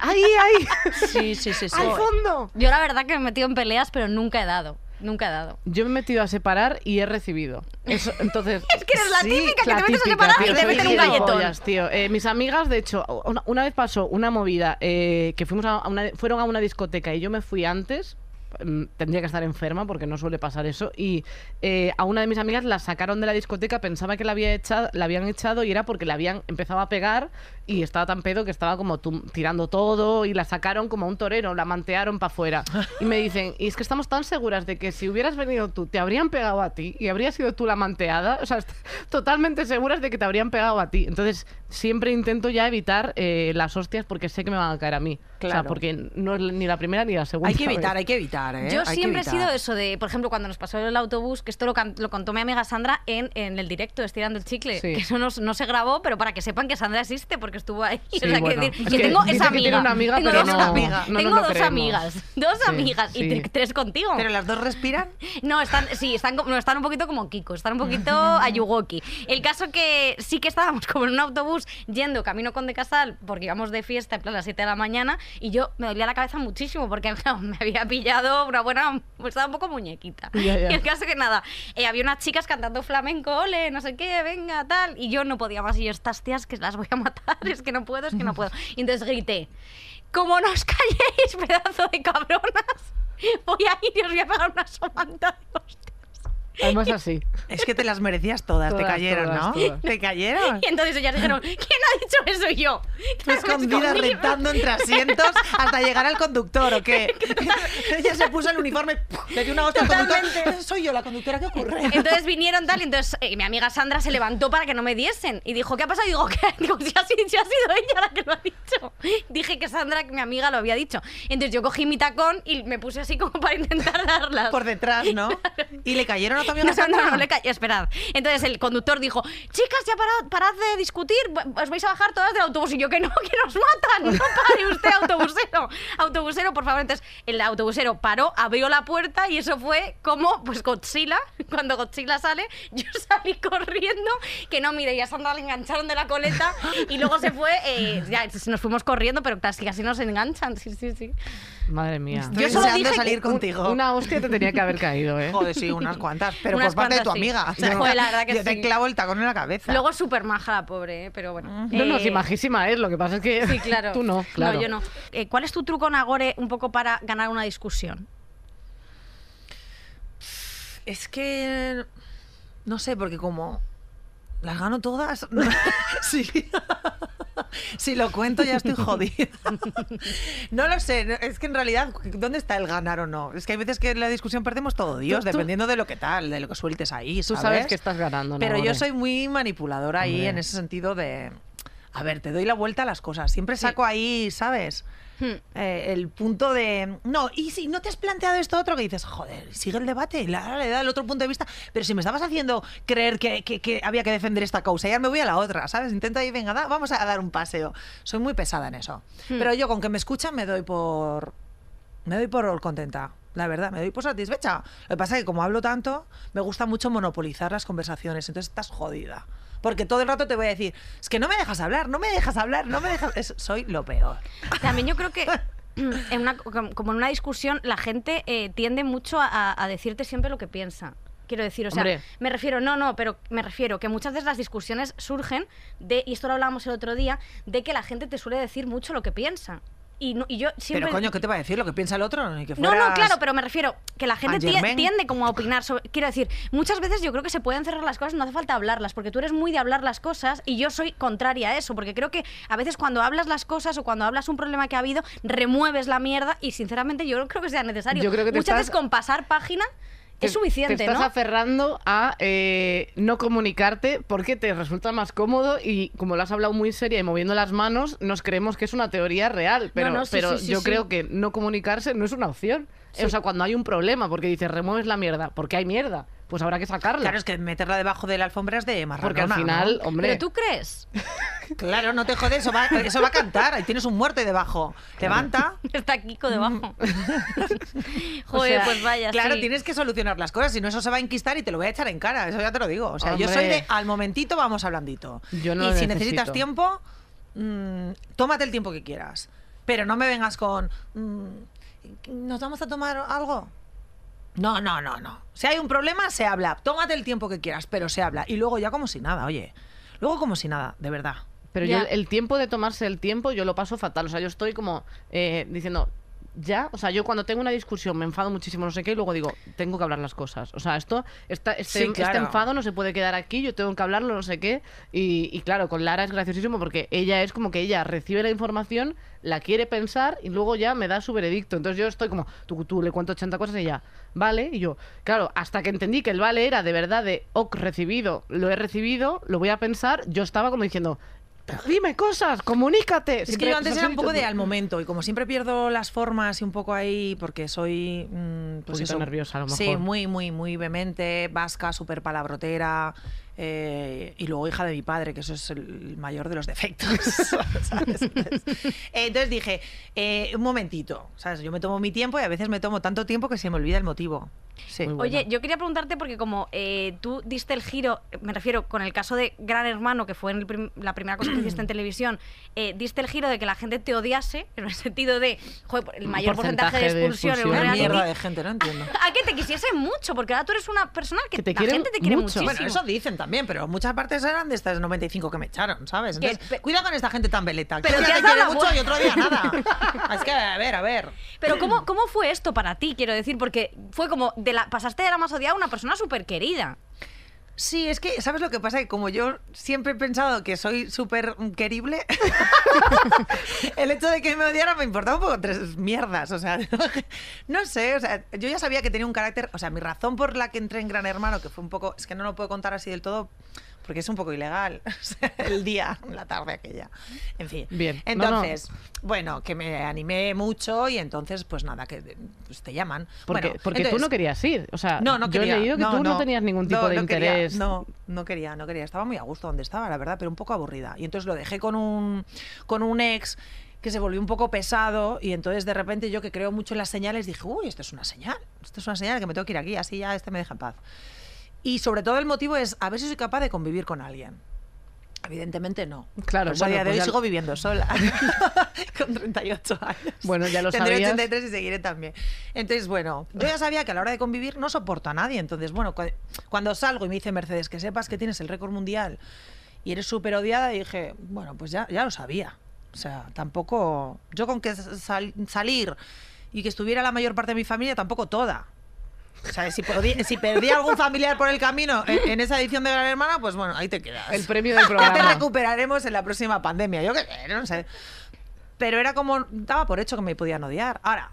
Speaker 2: ¡Ahí, ahí!
Speaker 4: sí, sí, sí, sí.
Speaker 2: ¡Al fondo!
Speaker 3: Yo la verdad que me he metido en peleas, pero nunca he dado, nunca he dado.
Speaker 2: Yo me he metido a separar y he recibido. Eso, entonces.
Speaker 3: Es que eres la
Speaker 4: Sí,
Speaker 3: típica que
Speaker 2: La
Speaker 3: te metes
Speaker 2: típica,
Speaker 3: a separar
Speaker 2: tío,
Speaker 3: y te
Speaker 2: soy
Speaker 3: meten un
Speaker 2: gilipollas,
Speaker 3: galletón.
Speaker 2: tío. Eh, mis amigas, de hecho, una, una vez pasó una movida eh, que fuimos a una, fueron a una discoteca y yo me fui antes mm, tendría que estar enferma porque no suele pasar eso. Y eh, a una de mis amigas la sacaron de la discoteca, pensaba que la, había echado, la habían echado y era porque la habían empezado a pegar y estaba tan pedo que estaba como tum- tirando todo y la sacaron como a un torero, la mantearon para afuera. Y me dicen, y es que estamos tan seguras de que si hubieras venido tú, te habrían pegado a ti y habrías sido tú la manteada. O sea, est- totalmente seguras de que te habrían pegado a ti. Entonces, siempre intento ya evitar eh, las hostias porque sé que me van a caer a mí. O sea,
Speaker 4: Claro.
Speaker 2: porque no es ni la primera ni la segunda.
Speaker 4: Hay que
Speaker 2: vez.
Speaker 4: evitar, hay que evitar, ¿eh?
Speaker 3: Yo
Speaker 4: Hay que
Speaker 3: siempre he
Speaker 4: evitar.
Speaker 3: sido eso de, por ejemplo, cuando nos pasó el autobús, que esto lo, can- lo contó mi amiga Sandra en, en el directo, estirando el chicle,
Speaker 2: Sí.
Speaker 3: que eso no, no se grabó, pero para que sepan que Sandra existe porque estuvo ahí.
Speaker 2: Sí,
Speaker 3: O sea, que
Speaker 2: bueno.
Speaker 3: decir,
Speaker 2: Es
Speaker 3: yo
Speaker 2: que
Speaker 3: tengo
Speaker 2: dice
Speaker 3: esa
Speaker 2: que tiene
Speaker 3: amiga.
Speaker 2: una amiga,
Speaker 3: tengo
Speaker 2: pero
Speaker 3: dos,
Speaker 4: no-
Speaker 3: amigas,
Speaker 2: no nos
Speaker 3: tengo
Speaker 2: lo
Speaker 3: dos
Speaker 2: creemos.
Speaker 3: amigas, dos
Speaker 2: Sí,
Speaker 3: amigas y
Speaker 2: sí.
Speaker 3: tre- tres contigo.
Speaker 4: Pero las dos respiran.
Speaker 3: No, están, sí, están, como- no, están un poquito como Kiko, están un poquito a Yugoki. El caso que sí que estábamos como en un autobús yendo camino con de Casal, porque íbamos de fiesta en plan a las 7 de la mañana, y yo me dolía la cabeza muchísimo porque claro, me había pillado una buena. pues Estaba un poco muñequita.
Speaker 2: Ya, ya.
Speaker 3: Y el caso que nada, eh, había unas chicas cantando flamenco, ole, no sé qué, venga, tal, y yo no podía más, y yo, estas tías que las voy a matar, es que no puedo, es que no puedo. Y entonces grité. Como no os calléis, pedazo de cabronas, voy a ir y os voy a pegar una somanta de hostias.
Speaker 2: Además, así.
Speaker 4: Es que te las merecías todas, te
Speaker 2: Todas,
Speaker 4: cayeron,
Speaker 2: todas,
Speaker 4: ¿no?
Speaker 2: todas.
Speaker 4: Te cayeron.
Speaker 3: Y entonces ellas dijeron, ¿quién ha dicho eso Y yo?
Speaker 4: Tú escondida
Speaker 3: Escondida.
Speaker 4: Pues rentando entre asientos hasta llegar al conductor, ¿o qué? Ella se puso el uniforme, ¡puf! le dio una hostia al conductor. Soy yo la conductora, ¿qué ocurre?
Speaker 3: Entonces vinieron tal, y entonces eh, mi amiga Sandra se levantó para que no me diesen. Y dijo, ¿qué ha pasado? Y digo, ¿qué? Digo, si ha, sido, si ha sido ella la que lo ha dicho. Dije que Sandra, que mi amiga, lo había dicho. Entonces yo cogí mi tacón y me puse así como para intentar darlas.
Speaker 4: Por detrás, ¿no? Y le cayeron a tu amiga
Speaker 3: No, no,
Speaker 4: Sandra.
Speaker 3: no, no le ca- Esperad. Entonces el conductor dijo, chicas, ya parad, parad de discutir, va- os vais a bajar todas del autobús. Y yo, que no, que nos matan. No pare usted, autobusero. Autobusero, por favor. Entonces el autobusero paró, abrió la puerta y eso fue como, pues Godzilla, cuando Godzilla sale, yo salí corriendo, que no, mire, y a Sandra le engancharon de la coleta y luego se fue, eh, ya nos fuimos corriendo, pero casi casi nos enganchan. Sí, sí, sí.
Speaker 2: Madre mía.
Speaker 4: Estoy
Speaker 3: Yo solo
Speaker 4: deseando
Speaker 3: dije que
Speaker 4: salir contigo.
Speaker 2: Una hostia te tenía que haber caído, ¿eh?
Speaker 4: Joder, sí, unas cuantas, pero
Speaker 3: Unas
Speaker 4: por parte de tu
Speaker 3: cuantas, sí.
Speaker 4: amiga.
Speaker 3: No, joder, la verdad que
Speaker 4: Yo te
Speaker 3: sí.
Speaker 4: clavo el tacón en la cabeza.
Speaker 3: Luego súper maja la pobre, ¿eh? pero bueno.
Speaker 2: No, no,
Speaker 3: Eh,
Speaker 2: sí, majísima es. Lo que pasa es que
Speaker 3: Sí, claro.
Speaker 2: tú no, claro.
Speaker 3: No, yo no. Eh, ¿Cuál es tu truco, Nagore, un poco para ganar una discusión?
Speaker 4: Es que. No sé, porque como. Las gano todas. sí. si lo cuento ya estoy jodida. no lo sé. no- Es que en realidad, ¿dónde está el ganar o no? Es que hay veces que en la discusión perdemos todo, Dios,
Speaker 2: tú-
Speaker 4: dependiendo de lo que tal, de lo que sueltes ahí.
Speaker 2: Tú
Speaker 4: ¿sabes?
Speaker 2: sabes que estás ganando,
Speaker 4: Pero yo
Speaker 2: Nagore.
Speaker 4: soy muy manipuladora ahí
Speaker 2: Hombre.
Speaker 4: en ese sentido de. A ver, te doy la vuelta a las cosas. Siempre saco ahí, ¿sabes?
Speaker 3: Hmm.
Speaker 4: Eh, el punto de. No, y si no te has planteado esto otro que dices, joder, sigue el debate, y la- le da el otro punto de vista. Pero si me estabas haciendo creer que, que- que había que defender esta causa, ya me voy a la otra, ¿sabes? Intento ahí, venga, da- vamos a dar un paseo. Soy muy pesada en eso. Pero yo, con que me escuchan, me doy por. Me doy por contenta. La verdad, me doy por satisfecha. Lo que pasa es que como hablo tanto, me gusta mucho monopolizar las conversaciones, entonces estás jodida. Porque todo el rato te voy a decir, es que no me dejas hablar, no me dejas hablar, no me dejas... Es- soy lo peor.
Speaker 3: También yo creo que mm, en una, com- como en una discusión la gente eh, tiende mucho a- a, a decirte siempre lo que piensa. Quiero decir, o sea,
Speaker 2: Hombre.
Speaker 3: me refiero, no, no, pero me refiero que muchas veces las discusiones surgen de, y esto lo hablábamos el otro día, de que la gente te suele decir mucho lo que piensa. Y, no- y yo siempre...
Speaker 4: Pero coño, ¿qué te va a decir? ¿Lo que piensa el otro? Ni que
Speaker 3: No, no,
Speaker 4: fueras-
Speaker 3: claro, pero me refiero que la gente
Speaker 4: a
Speaker 3: tie-
Speaker 4: Germain.
Speaker 3: tiende como a opinar sobre... Quiero decir, muchas veces yo creo que se pueden cerrar las cosas, no hace falta hablarlas, porque tú eres muy de hablar las cosas y yo soy contraria a eso, porque creo que a veces cuando hablas las cosas o cuando hablas un problema que ha habido, remueves la mierda y sinceramente yo no creo que sea necesario.
Speaker 2: Yo creo que te
Speaker 3: muchas veces
Speaker 2: estás-
Speaker 3: con pasar página
Speaker 2: Te-
Speaker 3: es suficiente,
Speaker 2: Te estás
Speaker 3: ¿no?
Speaker 2: aferrando a eh, no comunicarte porque te resulta más cómodo y como lo has hablado muy seria y moviendo las manos, nos creemos que es una teoría real. Pero,
Speaker 3: no, sí,
Speaker 2: pero
Speaker 3: sí, sí,
Speaker 2: yo
Speaker 3: sí.
Speaker 2: creo que no comunicarse no es una opción. Eh, O sea, cuando hay un problema, porque dices remueves la mierda, porque hay mierda, pues habrá que sacarla.
Speaker 4: Claro, es que meterla debajo de la alfombra es de marrón.
Speaker 2: porque al final, hombre.
Speaker 3: Pero tú crees.
Speaker 4: Claro, no te jodes, eso va, eso va a cantar. Ahí tienes un muerto ahí debajo. Levanta.
Speaker 3: Está Kiko debajo.
Speaker 4: O
Speaker 3: Joder,
Speaker 4: sea,
Speaker 3: pues vaya.
Speaker 4: Claro,
Speaker 3: sí.
Speaker 4: tienes que solucionar las cosas, si no eso se va a enquistar y te lo voy a echar en cara, eso ya te lo digo. O sea, yo soy
Speaker 2: Hombre.
Speaker 4: de al momentito vamos hablandito.
Speaker 2: Yo no
Speaker 4: y
Speaker 2: lo
Speaker 4: si
Speaker 2: necesito.
Speaker 4: necesitas tiempo, mm, tómate el tiempo que quieras. Pero no me vengas con mm, ¿nos vamos a tomar algo? No, no, no, no. Si hay un problema, se habla. Tómate el tiempo que quieras, pero se habla. Y luego ya como si nada, oye. Luego como si nada, de verdad.
Speaker 2: Pero
Speaker 3: Ya.
Speaker 2: yo el tiempo de tomarse el tiempo, yo lo paso fatal. O sea, yo estoy como eh, diciendo, ya, o sea, yo cuando tengo una discusión me enfado muchísimo, no sé qué, y luego digo, tengo que hablar las cosas. O sea, esto, esta- este,
Speaker 4: Sí,
Speaker 2: este
Speaker 4: claro.
Speaker 2: enfado no se puede quedar aquí, yo tengo que hablarlo, no sé qué. Y, y claro, con Lara es graciosísimo porque ella es como que ella recibe la información, la quiere pensar y luego ya me da su veredicto. Entonces yo estoy como, tú, tú le cuento 80 cosas y ella, vale, y yo, claro, hasta que entendí que el vale era de verdad de, ok, recibido, lo he recibido, lo voy a pensar, yo estaba como diciendo... "Pero Dime cosas, comunícate.
Speaker 4: Es que yo antes era un poco de al momento y como siempre pierdo las formas y un poco ahí porque soy... mm, pues
Speaker 2: poquito
Speaker 4: eso.
Speaker 2: nerviosa, a lo
Speaker 4: Sí,
Speaker 2: mejor.
Speaker 4: muy, muy, muy vehemente, vasca, súper palabrotera eh, y luego hija de mi padre, que eso es el mayor de los defectos. ¿sabes? Entonces, eh, entonces dije, eh, un momentito, ¿sabes? yo me tomo mi tiempo y a veces me tomo tanto tiempo que se me olvida el motivo. Sí.
Speaker 2: Muy bueno.
Speaker 3: Oye, yo quería preguntarte porque como eh, tú diste el giro, eh, me refiero con el caso de Gran Hermano, que fue en el prim- la primera cosa que hiciste en televisión, eh, diste el giro de que la gente te odiase, en el sentido de, joder, el mayor porcentaje, de expulsión, en
Speaker 2: expulsión.
Speaker 3: un
Speaker 4: Una
Speaker 3: reality,
Speaker 4: mierda de gente, no entiendo.
Speaker 3: a que te quisiese mucho, porque ahora tú eres una persona que,
Speaker 2: Que te
Speaker 3: la
Speaker 2: quieren
Speaker 3: gente te quiere
Speaker 2: mucho.
Speaker 3: muchísimo.
Speaker 2: Bueno,
Speaker 4: Bueno, eso dicen también, pero muchas partes eran de estas 95 que me echaron, ¿sabes?
Speaker 3: Que-
Speaker 4: Entonces, cuida con esta gente tan veleta. que
Speaker 3: Pero
Speaker 4: un
Speaker 3: te
Speaker 4: día
Speaker 3: has
Speaker 4: te
Speaker 3: dado
Speaker 4: quiere
Speaker 3: la
Speaker 4: mucho y
Speaker 3: vuelta.
Speaker 4: otro día nada. es que, a ver, a ver.
Speaker 3: Pero ¿cómo, ¿cómo fue esto para ti? Quiero decir, porque fue como, de la, pasaste de la más odiada a una persona súper querida.
Speaker 4: Sí, es que, ¿sabes lo que pasa? Que como yo siempre he pensado que soy súper querible, el hecho de que me odiara me importaba un poco tres mierdas. O sea, no sé, o sea, yo ya sabía que tenía un carácter. O sea, mi razón por la que entré en Gran Hermano, que fue un poco. Es que no lo puedo contar así del todo. Porque es un poco ilegal o sea, el día, la tarde aquella. En fin.
Speaker 2: Bien. No, no.
Speaker 4: Entonces, bueno, que me animé mucho y entonces, pues nada, que pues, te llaman.
Speaker 2: Porque,
Speaker 4: Bueno,
Speaker 2: porque tú
Speaker 4: entonces-
Speaker 2: no querías ir. O sea,
Speaker 4: no, no
Speaker 2: yo he
Speaker 4: quería.
Speaker 2: leído que tú no tenías ningún tipo
Speaker 4: No,
Speaker 2: de
Speaker 4: no quería,
Speaker 2: interés.
Speaker 4: no, no quería, no quería. Estaba muy a gusto donde estaba, la verdad, pero un poco aburrida. Y entonces lo dejé con un, con un ex que se volvió un poco pesado y entonces de repente yo que creo mucho en las señales dije, uy, esto es una señal, esto es una señal que me tengo que ir aquí, así ya este me deja en paz. Y sobre todo el motivo es a ver si soy capaz de convivir con alguien. Evidentemente no.
Speaker 2: Claro,
Speaker 4: Por eso a
Speaker 2: bueno,
Speaker 4: día de
Speaker 2: pues
Speaker 4: hoy
Speaker 2: ya-
Speaker 4: sigo viviendo sola. con 38 años.
Speaker 2: Bueno, ya lo
Speaker 4: Tendré
Speaker 2: sabías.
Speaker 4: 83 y seguiré también. Entonces, bueno, yo ya sabía que a la hora de convivir no soporto a nadie. Entonces, bueno, cu- cuando salgo y me dice Mercedes que sepas que tienes el récord mundial y eres súper odiada, dije, bueno, pues ya, ya lo sabía. O sea, tampoco. Yo con que sal- salir y que estuviera la mayor parte de mi familia, tampoco toda. O sea, si, podí- si perdí algún familiar por el camino en, en esa edición de Gran Hermana, pues bueno, ahí te quedas.
Speaker 2: El premio del
Speaker 4: Ya te
Speaker 2: programa.
Speaker 4: recuperaremos en la próxima pandemia. Yo qué sé, no sé. Pero era como, daba por hecho que me podían odiar. Ahora,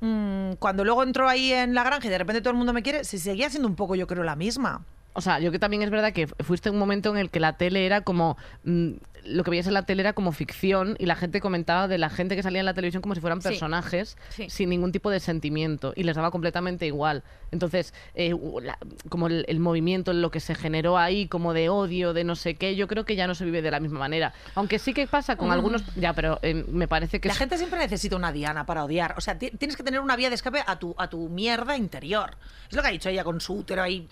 Speaker 4: mm, cuando luego entró ahí en la granja y de repente todo el mundo me quiere, si seguía siendo un poco, yo creo, la misma.
Speaker 2: O sea, yo que también es verdad que fuiste un momento en el que la tele era como. mm, lo que veías en la tele era como ficción y la gente comentaba de la gente que salía en la televisión como si fueran
Speaker 3: Sí.
Speaker 2: personajes
Speaker 3: Sí.
Speaker 2: sin ningún tipo de sentimiento y les daba completamente igual. Entonces, eh, u- la- como el, el movimiento, lo que se generó ahí, como de odio, de no sé qué, yo creo que ya no se vive de la misma manera. Aunque sí que pasa con algunos. Ya, pero eh, me parece que
Speaker 4: La
Speaker 2: es-
Speaker 4: gente siempre necesita una diana para odiar. O sea, ti- tienes que tener una vía de escape a tu, a tu mierda interior. Es lo que ha dicho ella con su útero ahí,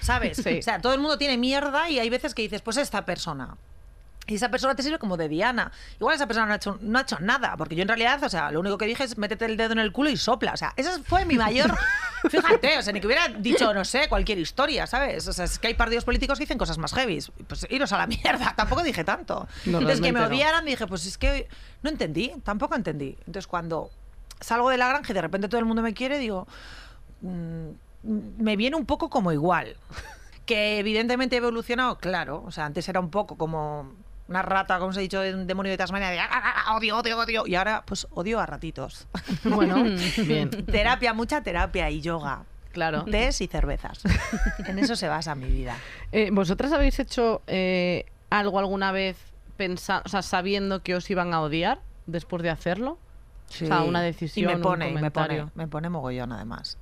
Speaker 4: ¿sabes?
Speaker 2: Sí.
Speaker 4: O sea, todo el mundo tiene mierda y hay veces que dices, pues esta persona. Y esa persona te sirve como de diana. Igual esa persona no ha hecho, no ha hecho nada, porque yo en realidad, o sea, lo único que dije es métete el dedo en el culo y sopla. O sea, esa fue mi mayor... Fíjate, o sea, ni que hubiera dicho, no sé, cualquier historia, ¿sabes? O sea, es que hay partidos políticos que dicen cosas más heavy. Pues iros a la mierda, tampoco dije tanto.
Speaker 2: No,
Speaker 4: Entonces, que me
Speaker 2: realmente no.
Speaker 4: odiaran, dije, pues es que no entendí, tampoco entendí. Entonces, cuando salgo de la granja y de repente todo el mundo me quiere, digo, mm, me viene un poco como igual. Que evidentemente he evolucionado, claro. O sea, antes era un poco como una rata, como os he dicho, de un demonio de Tasmania, de "Ah, ah, ah, odio, odio, odio. Y ahora, pues odio a ratitos.
Speaker 2: Bueno, bien,
Speaker 4: terapia, mucha terapia y yoga.
Speaker 2: claro.
Speaker 4: Tés y cervezas. En eso se basa mi vida.
Speaker 2: Eh, ¿Vosotras habéis hecho eh, algo alguna vez pensa- o sea, sabiendo que os iban a odiar después de hacerlo? O sea, una
Speaker 4: Y
Speaker 2: decisión,
Speaker 4: me pone,
Speaker 2: un
Speaker 4: y me
Speaker 2: comentario.
Speaker 4: pone, me pone mogollón además.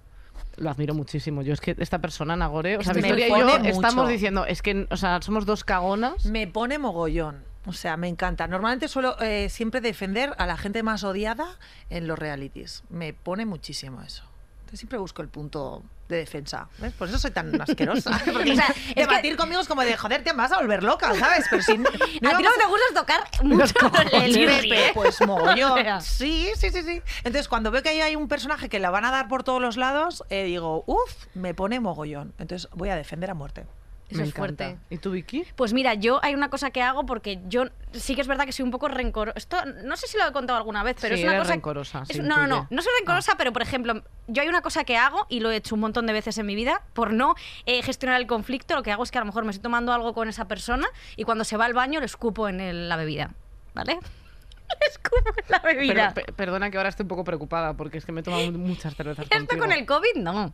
Speaker 2: Lo admiro muchísimo. Yo es que esta persona, Nagore, o sea,
Speaker 4: Me
Speaker 2: Victoria y yo
Speaker 4: pone mucho.
Speaker 2: estamos diciendo, es que, o sea, somos dos cagonas.
Speaker 4: Me pone mogollón. O sea, me encanta. Normalmente suelo eh, siempre defender a la gente más odiada en los realities. Me pone muchísimo eso. Entonces siempre busco el punto de defensa. ¿Ves? Por eso soy tan asquerosa. Porque,
Speaker 3: O sea,
Speaker 4: es
Speaker 3: es que-
Speaker 4: debatir conmigo es como de joder, te vas a volver loca, ¿sabes? Pero si no,
Speaker 3: a ti lo que te gusta es tocar mucho el
Speaker 4: el
Speaker 3: birri,
Speaker 4: Pepe,
Speaker 3: ¿eh?
Speaker 4: pues
Speaker 2: O sea.
Speaker 4: mogollón. Sí, sí, sí, sí. Entonces, cuando veo que ahí hay un personaje que la van a dar por todos los lados, eh, digo, uff, me pone mogollón. Entonces, voy a defender a muerte.
Speaker 3: Eso
Speaker 2: Me
Speaker 3: es
Speaker 2: encanta.
Speaker 3: fuerte.
Speaker 2: ¿Y tú, Vicky?
Speaker 3: Pues mira, yo hay una cosa que hago porque yo sí que es verdad que soy un poco rencorosa. Esto no sé si lo he contado alguna vez, pero
Speaker 2: Sí,
Speaker 3: es una
Speaker 2: eres
Speaker 3: cosa.
Speaker 2: rencorosa,
Speaker 3: es-
Speaker 2: se
Speaker 3: no, no, no.
Speaker 2: intuye. Ah.
Speaker 3: No soy rencorosa, pero por ejemplo, yo hay una cosa que hago y lo he hecho un montón de veces en mi vida por no eh, gestionar el conflicto. Lo que hago es que a lo mejor me estoy tomando algo con esa persona y cuando se va al baño le escupo en el- la bebida. ¿Vale? le escupo en la bebida.
Speaker 2: Pero, pe- perdona que ahora estoy un poco preocupada porque es que me he tomado muchas cervezas.
Speaker 3: Esto
Speaker 2: contigo.
Speaker 3: con el COVID, no.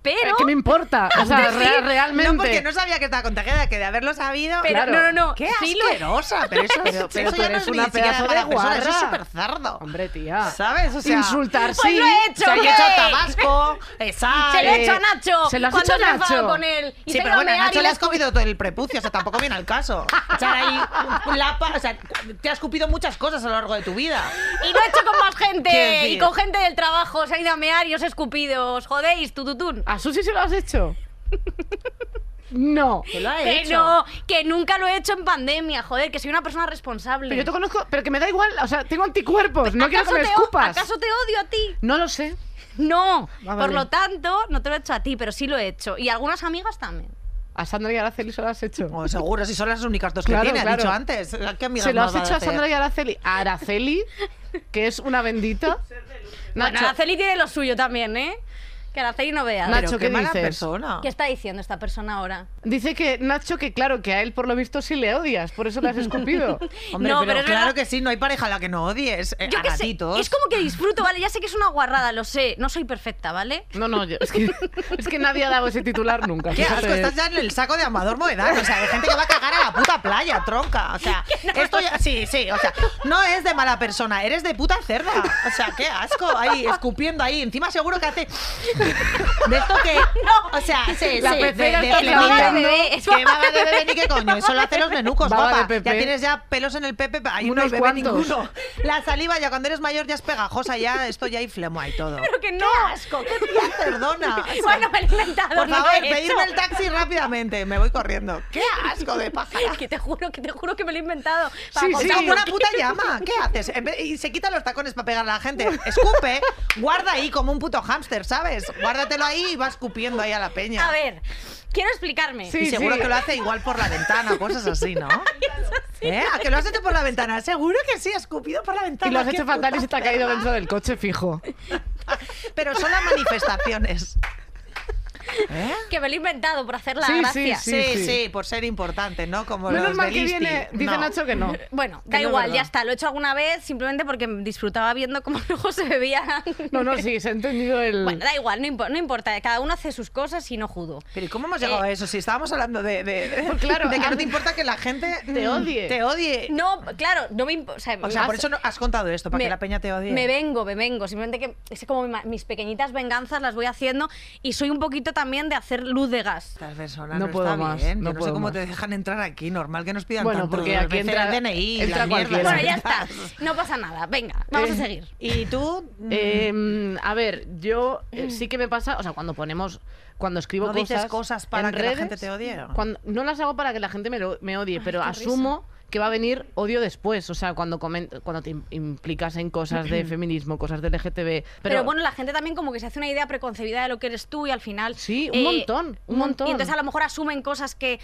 Speaker 3: Pero.
Speaker 2: ¿Qué me importa? O sea,
Speaker 3: Sí,
Speaker 2: rea-
Speaker 3: no,
Speaker 2: realmente.
Speaker 4: No, porque no sabía que estaba contagiada, que de haberlo sabido.
Speaker 3: Pero-
Speaker 2: claro.
Speaker 3: No, no, no.
Speaker 4: ¡Qué
Speaker 3: sí lo-
Speaker 4: asquerosa! Pero eso,
Speaker 2: Pero- pero
Speaker 4: eso
Speaker 2: tú
Speaker 4: ya no
Speaker 2: eres
Speaker 4: es ni
Speaker 2: una
Speaker 4: siquiera
Speaker 2: pedazo
Speaker 4: mala
Speaker 2: de
Speaker 4: persona, Eso es
Speaker 2: guarra.
Speaker 4: súper cerdo.
Speaker 2: Hombre, tía.
Speaker 4: ¿Sabes? O sea,
Speaker 2: Insultar,
Speaker 3: Pues
Speaker 2: sí.
Speaker 3: lo he hecho,
Speaker 4: Se le
Speaker 3: ¿qué?
Speaker 4: he hecho tabasco, eh, sal.
Speaker 3: Se lo he
Speaker 2: Eh,
Speaker 3: hecho a Nacho.
Speaker 2: ¿se lo has
Speaker 3: cuando
Speaker 2: hecho a
Speaker 3: me he enfadado
Speaker 2: Nacho?
Speaker 3: con él. Y
Speaker 4: Sí,
Speaker 3: se ha
Speaker 4: pero
Speaker 3: ido a
Speaker 4: bueno, a
Speaker 3: mear y
Speaker 4: Nacho
Speaker 3: le
Speaker 4: le has comido todo el prepucio, o sea, tampoco viene al caso. Echar ahí un- un lapa, o sea, te has escupido muchas cosas a lo largo de tu vida.
Speaker 3: Y lo he hecho con más
Speaker 4: Quiero
Speaker 3: gente.
Speaker 4: decir-
Speaker 3: Y con gente del trabajo. Se ha ido a mear y os he escupido. Os jodéis, tututún.
Speaker 2: ¿A Susi se lo has hecho? No.
Speaker 4: Te lo ha
Speaker 3: Que
Speaker 4: hecho.
Speaker 3: no, que nunca lo he hecho en pandemia, joder, que soy una persona responsable.
Speaker 2: Pero yo te conozco, pero que me da igual. O sea, tengo anticuerpos. No quiero que
Speaker 3: ¿Acaso
Speaker 2: me
Speaker 3: te o-
Speaker 2: escupas.
Speaker 3: ¿Acaso te odio a ti?
Speaker 2: No lo sé.
Speaker 3: No.
Speaker 2: Ah,
Speaker 3: Por
Speaker 2: vale.
Speaker 3: lo tanto, no te lo he hecho a ti, pero sí lo he hecho. Y algunas amigas también.
Speaker 2: A Sandra y Araceli se lo has hecho.
Speaker 4: O seguro, si son las únicas dos
Speaker 2: Claro,
Speaker 4: que tiene, ha
Speaker 2: claro.
Speaker 4: dicho antes. ¿Qué amigas
Speaker 2: Se lo
Speaker 4: más
Speaker 2: has
Speaker 4: va
Speaker 2: hecho a
Speaker 4: hacer?
Speaker 2: Sandra y Araceli. A Araceli, que es una bendita.
Speaker 4: Pues
Speaker 3: Bueno, Araceli tiene lo suyo también, ¿eh? Que Araceli no vea.
Speaker 2: Nacho,
Speaker 4: Pero
Speaker 2: ¿qué
Speaker 4: qué mala
Speaker 2: dices?
Speaker 4: persona.
Speaker 3: ¿Qué está diciendo esta persona ahora?
Speaker 2: Dice que Nacho, que claro, que a él por lo visto sí le odias, por eso le has escupido.
Speaker 4: Hombre,
Speaker 3: No,
Speaker 4: pero,
Speaker 3: pero es
Speaker 4: claro
Speaker 3: verdad-
Speaker 4: que sí, no hay pareja a la que no odies. Eh,
Speaker 3: Yo
Speaker 4: a
Speaker 3: qué sé,
Speaker 4: gatitos.
Speaker 3: es como que disfruto, ¿vale? Ya sé que es una guarrada, lo sé. No soy perfecta, ¿vale?
Speaker 2: No, no, yo- es, que, es que nadie ha dado ese titular nunca.
Speaker 4: Qué asco,
Speaker 2: fíjate.
Speaker 4: estás ya en el saco de Amador Moedano, o sea, de gente que va a cagar a la puta playa, tronca. O sea, esto ya, sí, sí, o sea, no es de mala persona, eres de puta cerda. O sea, qué asco, ahí, escupiendo ahí, encima seguro que hace... De esto que... o sea, sí,
Speaker 2: La
Speaker 4: sí,
Speaker 2: pecera está
Speaker 3: Es baba de
Speaker 2: mirando.
Speaker 3: bebé, es
Speaker 4: Que baba de bebé ni qué coño, eso lo hacen los nenucos,
Speaker 2: Baba de
Speaker 4: papá.
Speaker 2: Pepe.
Speaker 4: Ya tienes ya pelos en el pepe, hay
Speaker 2: Unos
Speaker 4: unos bebé
Speaker 2: cuantos.
Speaker 4: ninguno. La saliva ya cuando eres mayor ya es pegajosa, ya esto ya hay flema y todo.
Speaker 3: Pero que no.
Speaker 4: asco, qué tía perdona. O sea,
Speaker 3: Bueno, me lo he inventado.
Speaker 4: por
Speaker 3: no lo
Speaker 4: favor,
Speaker 3: he hecho.
Speaker 4: pedidme el taxi rápidamente. Me voy corriendo. ¡Qué asco de pájara!
Speaker 3: Que te juro, que te juro que me lo he inventado.
Speaker 2: Sí,
Speaker 4: O
Speaker 3: comprar
Speaker 4: sea,
Speaker 2: sí.
Speaker 3: un-
Speaker 4: una puta llama. ¿Qué haces? En vez- Y se quita los tacones para pegarle a la gente. Escupe, guarda ahí como un puto hámster, ¿sabes? Guárdatelo ahí y va escupiendo ahí a la peña.
Speaker 3: A ver, quiero explicarme.
Speaker 2: Sí.
Speaker 4: y seguro que lo hace igual por la ventana, cosas así, ¿no? ¿Eh? ¿A que lo has hecho por la ventana? Seguro que sí, ha escupido por la ventana.
Speaker 2: Y lo has
Speaker 4: ¡Qué
Speaker 2: hecho fatal y
Speaker 4: puta
Speaker 2: se te ha caído
Speaker 4: perra!
Speaker 2: dentro del coche fijo.
Speaker 4: Pero son las manifestaciones. ¿Eh?
Speaker 3: Que me lo he inventado por hacer la
Speaker 2: Sí, sí,
Speaker 3: gracia.
Speaker 4: Sí,
Speaker 2: sí.
Speaker 4: sí, por ser importante, ¿no? Como
Speaker 2: Menos
Speaker 4: los
Speaker 2: mal
Speaker 4: del
Speaker 2: que
Speaker 4: Isti.
Speaker 2: viene, dice
Speaker 4: No.
Speaker 2: Nacho que no.
Speaker 3: Bueno,
Speaker 2: Que
Speaker 3: da
Speaker 2: no es
Speaker 3: igual,
Speaker 2: verdad.
Speaker 3: ya está. Lo he hecho alguna vez simplemente porque disfrutaba viendo cómo luego se bebían.
Speaker 4: Mm.
Speaker 2: No, no, sí, se ha entendido el...
Speaker 3: Bueno, da igual, no, impo- no importa. Cada uno hace sus cosas y no judo.
Speaker 4: Pero ¿y cómo
Speaker 3: Eh,
Speaker 4: hemos llegado a eso? Si estábamos hablando de, de, de-
Speaker 2: Pues claro,
Speaker 4: de que
Speaker 2: a-
Speaker 4: no te importa que la gente
Speaker 2: Te
Speaker 4: mm,
Speaker 2: odie.
Speaker 4: Te odie.
Speaker 3: No, claro, no me impo- O sea,
Speaker 4: O sea,
Speaker 3: me
Speaker 4: por
Speaker 3: hace-
Speaker 4: eso no- has contado esto, para
Speaker 3: me-
Speaker 4: que la peña te odie.
Speaker 3: Me vengo, me vengo. Simplemente que es como mi ma- mis pequeñitas venganzas las voy haciendo y soy un poquito también de hacer luz de gas.
Speaker 4: Estas personas
Speaker 2: No
Speaker 4: no,
Speaker 2: puedo
Speaker 4: está
Speaker 2: más,
Speaker 4: bien.
Speaker 2: no
Speaker 4: Yo no
Speaker 2: puedo
Speaker 4: sé cómo
Speaker 2: más.
Speaker 4: te dejan entrar aquí. Normal que nos pidan
Speaker 2: Bueno,
Speaker 4: tanto.
Speaker 2: porque
Speaker 4: las
Speaker 2: aquí
Speaker 4: veces
Speaker 2: entra-
Speaker 4: el DNI,
Speaker 2: entra
Speaker 4: la mierda,
Speaker 2: cualquiera.
Speaker 3: Bueno, ya está. No pasa nada. Venga, vamos
Speaker 2: Eh,
Speaker 3: a seguir.
Speaker 4: ¿Y tú?
Speaker 2: Eh, mm, a ver, yo eh, sí que me pasa, o sea, cuando ponemos, cuando escribo
Speaker 4: Mm. ¿No
Speaker 2: cosas,
Speaker 4: dices cosas para
Speaker 2: en
Speaker 4: que la
Speaker 2: redes,
Speaker 4: gente te odie?
Speaker 2: Cuando, no las hago para que la gente me, lo- me odie, pero
Speaker 3: qué
Speaker 2: asumo que va a venir odio después, o sea, cuando comen- cuando te im- implicas en cosas de feminismo, cosas de LGTB,
Speaker 3: Pero, bueno, la gente también como que se hace una idea preconcebida de lo que eres tú y al final... eh,
Speaker 2: Sí, un montón, un
Speaker 3: mon-
Speaker 2: montón.
Speaker 3: Y entonces a lo mejor asumen cosas que,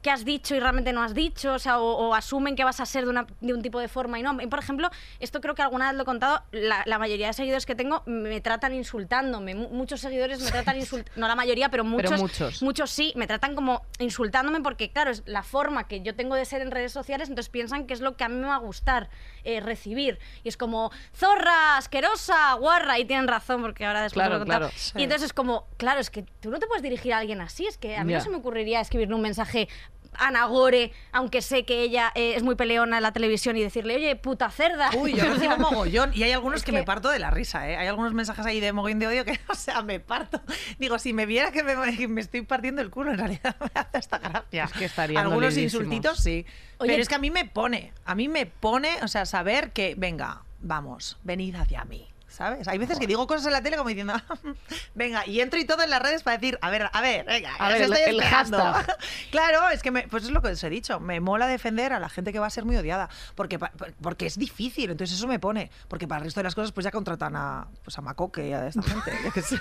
Speaker 3: que has dicho y realmente no has dicho, o sea, o, o asumen que vas a ser de, una- de un tipo de forma y no. Y, Por ejemplo, esto creo que alguna vez lo he contado, la, la mayoría de seguidores que tengo me tratan insultándome. Mu- muchos seguidores me tratan insultándome, no la mayoría, pero muchos,
Speaker 2: muchos.
Speaker 3: sí, me tratan como insultándome porque, claro, es la forma que yo tengo de ser en redes sociales, entonces piensan que es lo que a mí me va a gustar eh, recibir. Y es como, zorra, asquerosa, guarra, y tienen razón porque ahora después
Speaker 2: Claro,
Speaker 3: lo voy a contar.
Speaker 2: claro.
Speaker 3: Y entonces es como, claro, es que tú no te puedes dirigir a alguien así, es que a mí
Speaker 2: Ya.
Speaker 3: no se me ocurriría escribirle un mensaje a Ana Gore, aunque sé que ella eh, es muy peleona en la televisión, y decirle, oye, puta cerda.
Speaker 4: Uy, yo recibo mogollón y hay algunos que,
Speaker 3: que-
Speaker 4: me parto de la risa, ¿eh? Hay algunos mensajes ahí de mogollón de odio que, o sea, me parto. Digo, si me viera que me, que me estoy partiendo el culo, en realidad me hace esta gracia.
Speaker 2: Es que estarían
Speaker 4: Algunos
Speaker 2: dolidísimos.
Speaker 4: insultitos sí,
Speaker 3: Oye-
Speaker 4: pero es que a mí me pone, a mí me pone, o sea, saber que, venga, vamos, venid hacia mí. ¿Sabes? Hay veces que digo cosas en la tele como diciendo, venga, y entro y todo en las redes para decir, a ver, a ver, venga,
Speaker 2: A
Speaker 4: os
Speaker 2: ver, el-
Speaker 4: estoy
Speaker 2: el
Speaker 4: esperando".
Speaker 2: hashtag.
Speaker 4: claro, es que me- pues es lo que os he dicho, me mola defender a la gente que va a ser muy odiada, porque, pa- pa- porque es difícil, entonces eso me pone, porque para el resto de las cosas pues ya contratan a, pues a Macoque y a esta gente, yo qué sé.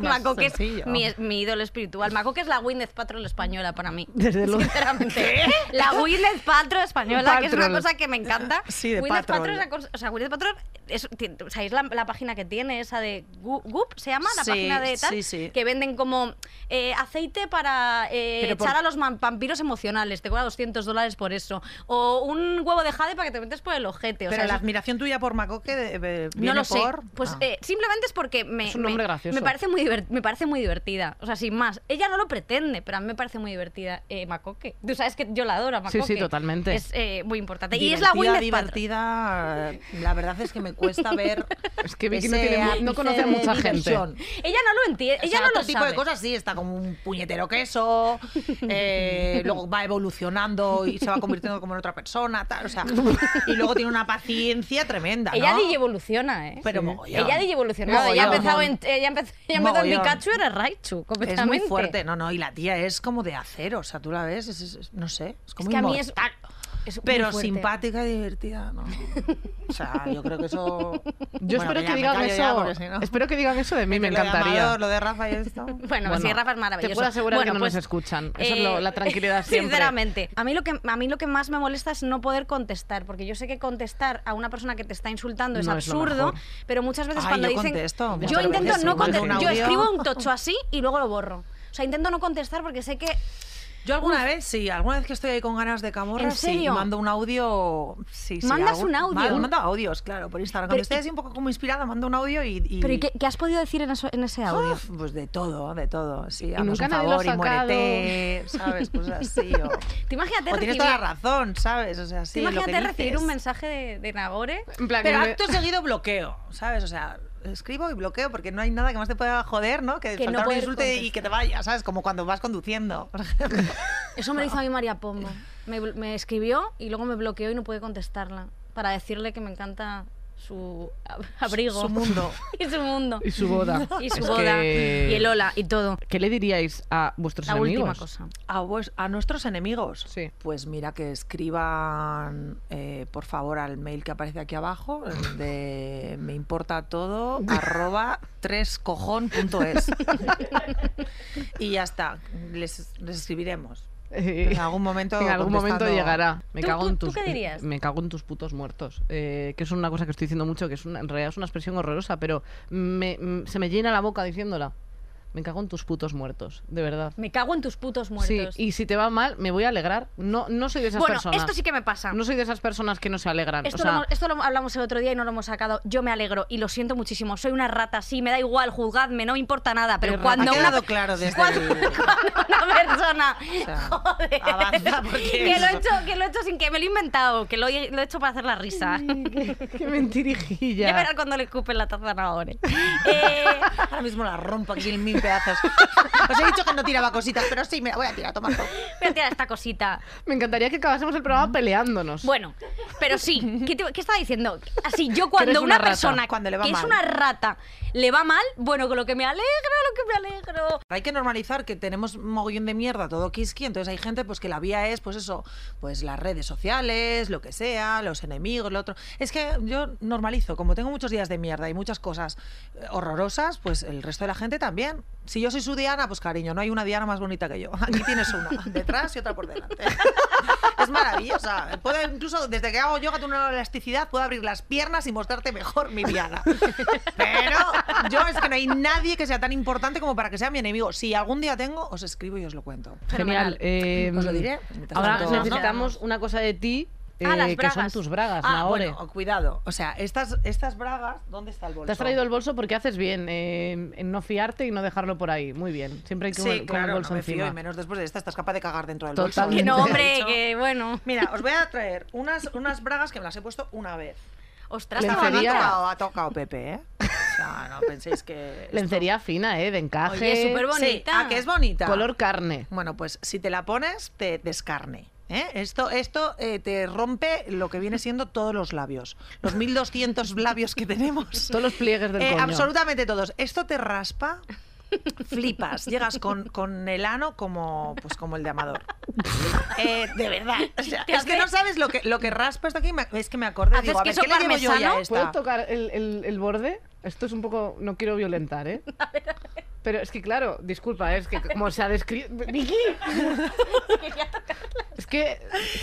Speaker 4: Más
Speaker 3: Maco, que es
Speaker 4: sencillo.
Speaker 3: mi, mi ídolo espiritual. Maco, que es la Gwyneth Paltrow española para mí.
Speaker 2: Desde luego.
Speaker 3: Sinceramente. La Gwyneth Paltrow española, que es una
Speaker 2: Paltrow.
Speaker 3: cosa que me encanta.
Speaker 4: Sí, de
Speaker 3: Gwyneth
Speaker 4: Paltrow.
Speaker 3: Paltrow es la cosa- o sea, Gwyneth Paltrow es, ti- ¿sabéis la, la página que tiene? Esa de Gu- Goop, ¿se llama? La
Speaker 4: Sí,
Speaker 3: página de tal.
Speaker 4: sí, sí.
Speaker 3: Que venden como eh, aceite para eh,
Speaker 4: Pero por-
Speaker 3: echar a los man- vampiros emocionales. Te cobra 200 dólares por eso. O un huevo de jade para que te metes por el ojete. O
Speaker 4: Pero
Speaker 3: sea,
Speaker 4: la
Speaker 3: es-
Speaker 4: admiración tuya por Macoque de- de-
Speaker 3: no
Speaker 4: viene
Speaker 3: lo sé.
Speaker 4: por-
Speaker 3: Pues
Speaker 4: Ah.
Speaker 3: eh, simplemente es porque me,
Speaker 2: Es un nombre
Speaker 3: me-
Speaker 2: gracioso.
Speaker 3: me parece muy divert- me parece muy divertida. O sea, sin más. Ella no lo pretende, pero a mí me parece muy divertida eh, Macoque. Tú sabes que yo la adoro, a
Speaker 2: Sí, sí,
Speaker 3: Macoque.
Speaker 2: totalmente.
Speaker 3: Es eh, muy importante. y es
Speaker 4: Divertida,
Speaker 3: la Winnet
Speaker 4: divertida. eh, La verdad es que me cuesta ver.
Speaker 2: Es que Vicky no
Speaker 4: ese
Speaker 2: tiene mu- no
Speaker 4: ápice
Speaker 2: conoce a
Speaker 4: de
Speaker 2: mucha gente.
Speaker 4: diversión.
Speaker 3: Ella no lo entiende.
Speaker 6: O
Speaker 3: Ella
Speaker 6: sea,
Speaker 3: no
Speaker 6: otro
Speaker 3: lo
Speaker 4: este
Speaker 6: tipo
Speaker 3: sabe.
Speaker 6: de cosas sí, está como un puñetero queso.
Speaker 4: Eso, eh, luego va evolucionando y se va convirtiendo como en otra persona. Tal, o sea, y luego tiene una paciencia tremenda. ¿no?
Speaker 3: Ella DJ evoluciona, ¿eh?
Speaker 4: Pero
Speaker 3: Sí.
Speaker 4: mogollón.
Speaker 3: Ella DJ evolucionado. Ella
Speaker 4: Mogollón.
Speaker 3: empezó en, ella empezó, ella empezó en
Speaker 4: Mogollón.
Speaker 3: Pikachu, era Raichu, completamente.
Speaker 4: Es muy fuerte, no, no, y la tía es como de acero, o sea, tú la ves, es- es- es- no sé, es
Speaker 3: Es
Speaker 4: como
Speaker 3: que a mí es. ah,
Speaker 4: inmortal.
Speaker 3: es muy
Speaker 4: Pero
Speaker 3: fuerte.
Speaker 4: simpática y divertida, ¿no? O sea, yo creo que eso...
Speaker 2: Yo
Speaker 4: Bueno,
Speaker 2: espero
Speaker 4: ya
Speaker 2: que
Speaker 4: me
Speaker 2: digan
Speaker 4: callo
Speaker 2: eso.
Speaker 4: ya, porque si no-
Speaker 2: Espero que digan eso de mí, me
Speaker 4: Lo de
Speaker 2: encantaría.
Speaker 4: Amador, lo de Rafa y esto.
Speaker 3: Bueno,
Speaker 2: Bueno,
Speaker 3: sí, Rafa es maravilloso.
Speaker 2: te puedo asegurar
Speaker 3: Bueno,
Speaker 2: que no
Speaker 3: pues,
Speaker 2: nos escuchan. Eso es lo-
Speaker 3: eh,
Speaker 2: la tranquilidad siempre.
Speaker 3: Sinceramente, a mí, lo que, a mí lo que más me molesta es no poder contestar, porque yo sé que contestar a una persona que te está insultando es
Speaker 2: No es lo
Speaker 3: absurdo,
Speaker 2: mejor.
Speaker 3: pero muchas veces
Speaker 4: Ay,
Speaker 3: cuando
Speaker 4: yo
Speaker 3: dicen...
Speaker 4: contesto, muchas
Speaker 3: yo intento
Speaker 4: veces,
Speaker 3: no
Speaker 4: mando un
Speaker 3: contestar, yo
Speaker 4: audio.
Speaker 3: escribo un tocho así y luego lo borro. O sea, intento no contestar porque sé que...
Speaker 4: Yo alguna vez, sí, alguna vez que estoy ahí con ganas de camorra,
Speaker 3: ¿En
Speaker 4: sí,
Speaker 3: serio?
Speaker 4: mando un audio. Sí, sí,
Speaker 3: ¿Mandas
Speaker 4: algún-
Speaker 3: un audio?
Speaker 4: Mando, mando audios, claro, por Instagram. Cuando
Speaker 3: Pero-
Speaker 4: estoy así un poco como inspirada, mando un audio y. y-
Speaker 3: ¿Pero ¿y qué, qué has podido decir en, eso- en ese audio?
Speaker 2: Ah.
Speaker 4: Uf, Pues de todo, de todo. Sí, haznos
Speaker 2: nunca
Speaker 4: un
Speaker 2: nadie lo ha
Speaker 4: favor y
Speaker 2: sacado.
Speaker 4: muérete, ¿sabes? Cosas así. O,
Speaker 3: Te imagínate
Speaker 4: o tienes
Speaker 3: recibir,
Speaker 4: toda la razón, ¿sabes? O sea,
Speaker 3: te
Speaker 4: sí. lo que
Speaker 3: imagínate recibir
Speaker 4: dices.
Speaker 3: un mensaje de, de Nagore.
Speaker 2: En plan,
Speaker 4: Pero
Speaker 2: que me-
Speaker 4: acto seguido bloqueo, ¿sabes? O sea, escribo y bloqueo porque no hay nada que más te pueda joder, ¿no? Que,
Speaker 3: Que no
Speaker 4: faltar un
Speaker 3: poder
Speaker 4: insulte y
Speaker 3: contestar.
Speaker 4: que te vayas, ¿sabes? Como cuando vas conduciendo. por ejemplo.
Speaker 3: Eso me lo hizo a mí María Pombo. Me, bl- me escribió y luego me bloqueó y no pude contestarla para decirle que me encanta su ab- abrigo.
Speaker 4: Su mundo.
Speaker 3: y su mundo.
Speaker 2: Y su boda.
Speaker 3: Y su
Speaker 2: Es
Speaker 3: boda.
Speaker 2: que-
Speaker 3: Y el hola y todo.
Speaker 2: ¿Qué le diríais a vuestros
Speaker 3: La
Speaker 2: amigos?
Speaker 3: última cosa.
Speaker 4: A, vues- a nuestros enemigos.
Speaker 2: Sí.
Speaker 4: Pues mira, que escriban, eh, por favor, al mail que aparece aquí abajo, el de me importa todo, arroba trescojón.es. y ya está, les, les escribiremos.
Speaker 2: Eh,
Speaker 4: En algún momento.
Speaker 2: En algún momento
Speaker 4: contestando-
Speaker 2: llegará. Me
Speaker 3: ¿Tú-
Speaker 2: cago
Speaker 3: tú-
Speaker 2: en
Speaker 3: tú
Speaker 2: tus,
Speaker 3: qué dirías?
Speaker 2: Me cago en tus putos muertos. Eh, que es una cosa que estoy diciendo mucho, que es una- en realidad es una expresión horrorosa, pero me- m- se me llena la boca diciéndola. Me cago en tus putos muertos, de verdad.
Speaker 3: Me cago en tus putos muertos.
Speaker 2: Sí, y si te va mal, me voy a alegrar. No, no soy de esas
Speaker 3: bueno,
Speaker 2: personas.
Speaker 3: esto sí que me pasa.
Speaker 2: No soy de esas personas que no se alegran.
Speaker 3: Esto,
Speaker 2: o sea,
Speaker 3: lo, hemos- esto lo hablamos el otro día y no lo hemos sacado. Yo me alegro y lo siento muchísimo. Soy una rata, sí, me da igual, juzgadme, no me importa nada.
Speaker 2: Es
Speaker 3: Pero
Speaker 2: rata.
Speaker 4: Ha
Speaker 3: cuando una,
Speaker 4: quedado claro desde el-
Speaker 3: una persona.
Speaker 4: sea,
Speaker 3: joder,
Speaker 4: avanza, porque
Speaker 3: que, lo he
Speaker 4: eso-
Speaker 3: hecho, que lo he hecho sin que me lo he inventado, que lo he, lo he hecho para hacer la risa.
Speaker 2: qué mentirijilla.
Speaker 3: Ya verás cuando le escupen la taza ahora. Eh,
Speaker 4: Ahora mismo la rompo aquí en mil pedazos. Os he dicho que no tiraba cositas, pero sí, me la voy a tirar, toma.
Speaker 3: voy a tirar esta cosita.
Speaker 2: Me encantaría que acabásemos el programa peleándonos.
Speaker 3: Bueno, pero sí, ¿qué, te- qué estaba diciendo? Así, yo cuando
Speaker 2: eres
Speaker 3: una,
Speaker 2: una rata,
Speaker 3: persona
Speaker 4: cuando le va
Speaker 3: que es
Speaker 4: mal.
Speaker 3: una rata le va mal, bueno, con lo que me alegro, lo que me alegro.
Speaker 4: Hay que normalizar que tenemos mogollón de mierda, todo kiski, entonces hay gente pues que la vía es, pues eso, pues las redes sociales, lo que sea, los enemigos, lo otro. Es que yo normalizo, como tengo muchos días de mierda y muchas cosas eh, horrorosas, pues el resto de la gente también. Si yo soy su Diana, pues cariño, no hay una Diana más bonita que yo. Aquí tienes una, detrás y otra por delante. Es maravillosa. Puedo, incluso desde que hago yoga, tengo una elasticidad, puedo abrir las piernas y mostrarte mejor mi Diana. Pero yo es que no hay nadie que sea tan importante como para que sea mi enemigo. Si algún día tengo, os escribo y os lo cuento.
Speaker 2: Genial.
Speaker 3: Fenomenal.
Speaker 2: eh,
Speaker 4: Os lo diré. Mientras
Speaker 2: Ahora
Speaker 4: tanto-
Speaker 2: necesitamos una cosa de ti.
Speaker 3: Ah, las
Speaker 2: eh, que son
Speaker 3: bragas.
Speaker 2: tus bragas,
Speaker 4: Ah,
Speaker 2: Nahore.
Speaker 4: bueno, cuidado. O sea, estas, estas bragas, ¿dónde está el bolso?
Speaker 2: Te has traído el bolso porque haces bien eh, en no fiarte y no dejarlo por ahí. Muy bien. Siempre hay que
Speaker 4: Sí,
Speaker 2: con el
Speaker 4: claro,
Speaker 2: bolso
Speaker 4: no me fío,
Speaker 2: encima.
Speaker 4: y menos después de esta, estás capaz de cagar dentro del bolso.
Speaker 2: Totalmente.
Speaker 3: Que no,
Speaker 4: De
Speaker 3: hombre,
Speaker 4: hecho,
Speaker 3: que bueno.
Speaker 4: Mira, os voy a traer unas, unas bragas que me las he puesto una vez.
Speaker 3: Ostras,
Speaker 2: Le
Speaker 4: Esta
Speaker 3: tan
Speaker 4: me
Speaker 2: Lencería.
Speaker 4: Ha
Speaker 3: bonita.
Speaker 4: tocado, ha tocado Pepe, ¿eh? O sea, no penséis que... esto-
Speaker 2: Lencería fina, ¿eh? De encaje.
Speaker 3: Oye, súper
Speaker 4: Sí,
Speaker 3: bonita.
Speaker 4: ah, que es bonita.
Speaker 2: Color carne.
Speaker 4: Bueno, pues si te la pones, te descarne. ¿eh? Esto, esto eh, te rompe lo que viene siendo todos los labios. Los 1200 labios que tenemos.
Speaker 2: Todos los pliegues del
Speaker 4: Eh,
Speaker 2: coño.
Speaker 4: absolutamente todos. Esto te raspa, flipas. Llegas con, con el ano como, pues como el de Amador. Eh, de verdad. O sea,
Speaker 3: Te
Speaker 4: es que
Speaker 3: hace-
Speaker 4: no sabes lo que, lo que raspa esto aquí. me- Es que me acordé.
Speaker 3: Haces
Speaker 4: Digo, a ver,
Speaker 3: queso
Speaker 4: ¿qué le llevo yo ya
Speaker 3: parmesano,
Speaker 4: a
Speaker 2: ¿Puedo
Speaker 4: esta?
Speaker 2: tocar el, el- el borde? Esto es un poco... No quiero violentar, ¿eh? Pero es que, claro, disculpa, ¿eh? es que como se ha descrito... ¡Vicky! es que...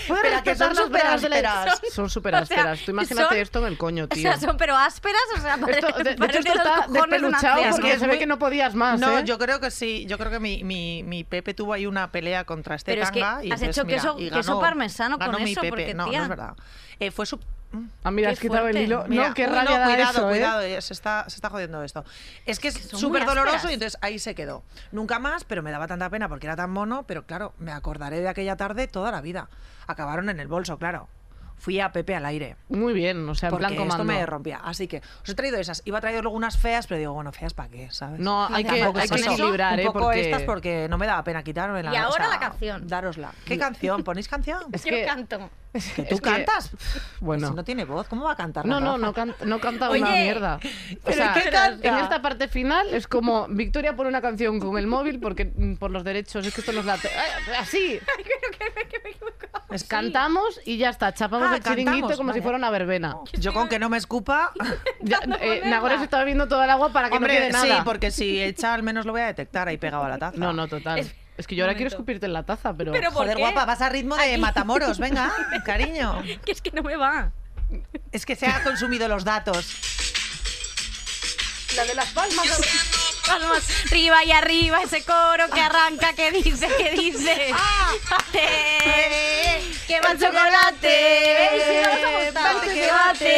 Speaker 2: ¿Puedo
Speaker 4: Espera, que
Speaker 2: respetar
Speaker 4: son
Speaker 2: las velas de la-
Speaker 4: superásperas.
Speaker 2: Son súper
Speaker 3: O sea,
Speaker 2: ásperas. Tú imagínate
Speaker 3: son-
Speaker 2: esto en el coño,
Speaker 3: O
Speaker 2: tío.
Speaker 3: sea, son pero ásperas, o sea,
Speaker 2: Esto,
Speaker 3: parece-
Speaker 2: de- de, hecho,
Speaker 3: parecen
Speaker 2: esto
Speaker 3: los
Speaker 2: está
Speaker 3: cojones de una
Speaker 2: despeluchado
Speaker 3: cea,
Speaker 4: Es
Speaker 2: porque
Speaker 4: que
Speaker 3: ¿no?
Speaker 4: es
Speaker 2: se ve
Speaker 4: muy-
Speaker 2: que no podías más,
Speaker 4: No,
Speaker 2: ¿eh?
Speaker 4: yo creo que sí. Yo creo que mi, mi, mi Pepe tuvo ahí una pelea contra este
Speaker 3: Pero es que
Speaker 4: tanga y
Speaker 3: has
Speaker 4: entonces,
Speaker 3: hecho queso-
Speaker 4: mira, y
Speaker 3: queso
Speaker 4: ganó-
Speaker 3: parmesano con
Speaker 4: ganó mi
Speaker 3: eso,
Speaker 4: Pepe.
Speaker 3: porque,
Speaker 4: no,
Speaker 3: tía.
Speaker 4: no es verdad. Eh, fue su...
Speaker 2: Ah, mira,
Speaker 3: Qué
Speaker 2: has quitado el
Speaker 3: fuerte.
Speaker 2: hilo.
Speaker 4: Mira,
Speaker 2: no, qué
Speaker 4: uy,
Speaker 2: rabia da
Speaker 4: cuidado,
Speaker 2: eso, ¿eh?
Speaker 4: cuidado, eh, se, está, se está jodiendo esto. Es que es
Speaker 3: que son muy
Speaker 4: súper doloroso
Speaker 3: ásperas.
Speaker 4: y entonces ahí se quedó. Nunca más, pero me daba tanta pena porque era tan mono, pero claro, me acordaré de aquella tarde toda la vida. Acabaron en el bolso, claro. Fui a Pepe al aire.
Speaker 2: Muy bien, o sea, en
Speaker 4: Porque
Speaker 2: plan comando.
Speaker 4: esto me rompía. Así que os he traído esas. Iba a traer luego unas feas, pero digo, bueno, feas para qué, ¿sabes?
Speaker 2: No, hay que,
Speaker 4: Tampoco
Speaker 2: hay
Speaker 4: es
Speaker 2: que
Speaker 4: eso.
Speaker 2: equilibrar,
Speaker 4: Un
Speaker 2: ¿eh?
Speaker 4: poco
Speaker 2: porque...
Speaker 4: estas porque no me daba pena quitarme
Speaker 3: Y ahora la canción.
Speaker 4: Darosla. ¿Qué canción? ¿Ponéis canción?
Speaker 2: Es
Speaker 3: Yo
Speaker 2: que,
Speaker 3: canto.
Speaker 4: Que tú
Speaker 2: es que-
Speaker 4: cantas.
Speaker 2: Bueno.
Speaker 4: Si no tiene voz, ¿cómo va a cantar?
Speaker 2: No, no,
Speaker 4: Rafa?
Speaker 2: no, canta, no canta una
Speaker 3: Oye,
Speaker 2: mierda. O
Speaker 4: ¿pero
Speaker 2: sea,
Speaker 4: qué canta?
Speaker 2: en esta parte final es como Victoria pone una canción con el móvil porque mm, por los derechos es que esto nos da ¡Ay, así
Speaker 4: Es
Speaker 2: cantamos y ya está, chapamos
Speaker 4: Ah,
Speaker 2: el chiringuito
Speaker 4: cantamos,
Speaker 2: como si
Speaker 4: vaya.
Speaker 2: fuera una verbena.
Speaker 4: Yo con que no me escupa.
Speaker 2: Ya, eh, Nagore se estaba viendo toda el agua para que no
Speaker 4: Hombre,
Speaker 2: quede nada.
Speaker 4: sí, porque si echa al menos lo voy a detectar ahí pegado a la taza.
Speaker 2: No, no, total. Es,
Speaker 3: Es-
Speaker 2: que yo ahora
Speaker 3: Un
Speaker 2: quiero
Speaker 3: momento.
Speaker 2: escupirte en la taza, pero,
Speaker 3: Pero por-
Speaker 4: Joder,
Speaker 3: qué?
Speaker 4: guapa, vas a ritmo de matamoros, venga, cariño.
Speaker 3: Que es que no me va.
Speaker 4: Es que se ha consumido los datos.
Speaker 2: la de las palmas.
Speaker 3: Vamos, arriba y arriba ese coro que arranca, que dice, que dice. ¡Bate! ¡Que va Ah. el Eh, chocolate! ¡Bate, que bate!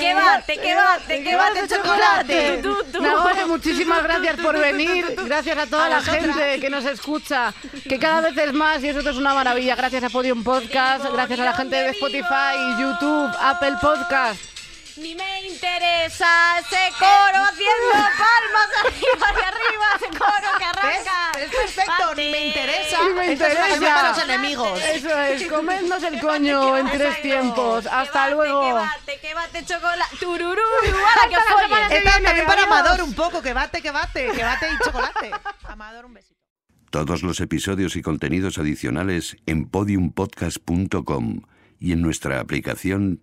Speaker 3: ¡Que bate, que bate, que bate el chocolate! Tú, tú, tú.
Speaker 2: Nagore, muchísimas gracias por venir. Gracias a toda la gente que nos escucha, que cada vez es más y eso es una maravilla. Gracias a Podium Podcast, gracias a la gente de Spotify, YouTube, Apple Podcast.
Speaker 3: Ni me interesa ese coro haciendo palmas arriba y arriba ese coro que arranca.
Speaker 4: Es perfecto, ni me
Speaker 3: Bate.
Speaker 4: interesa.
Speaker 2: Ni me
Speaker 4: Esto es una
Speaker 2: interesa.
Speaker 4: canción para los enemigos.
Speaker 2: Eso es, comednos el coño en tres tiempos. Hasta
Speaker 3: Que
Speaker 2: luego.
Speaker 3: bate, que bate chocolate. Tururú, ala, que os follen.
Speaker 4: Esta también para
Speaker 2: adiós.
Speaker 4: Amador un poco, que bate, que bate, que bate y chocolate. Amador, un besito.
Speaker 5: Todos los episodios y contenidos adicionales en podiumpodcast.com y en nuestra aplicación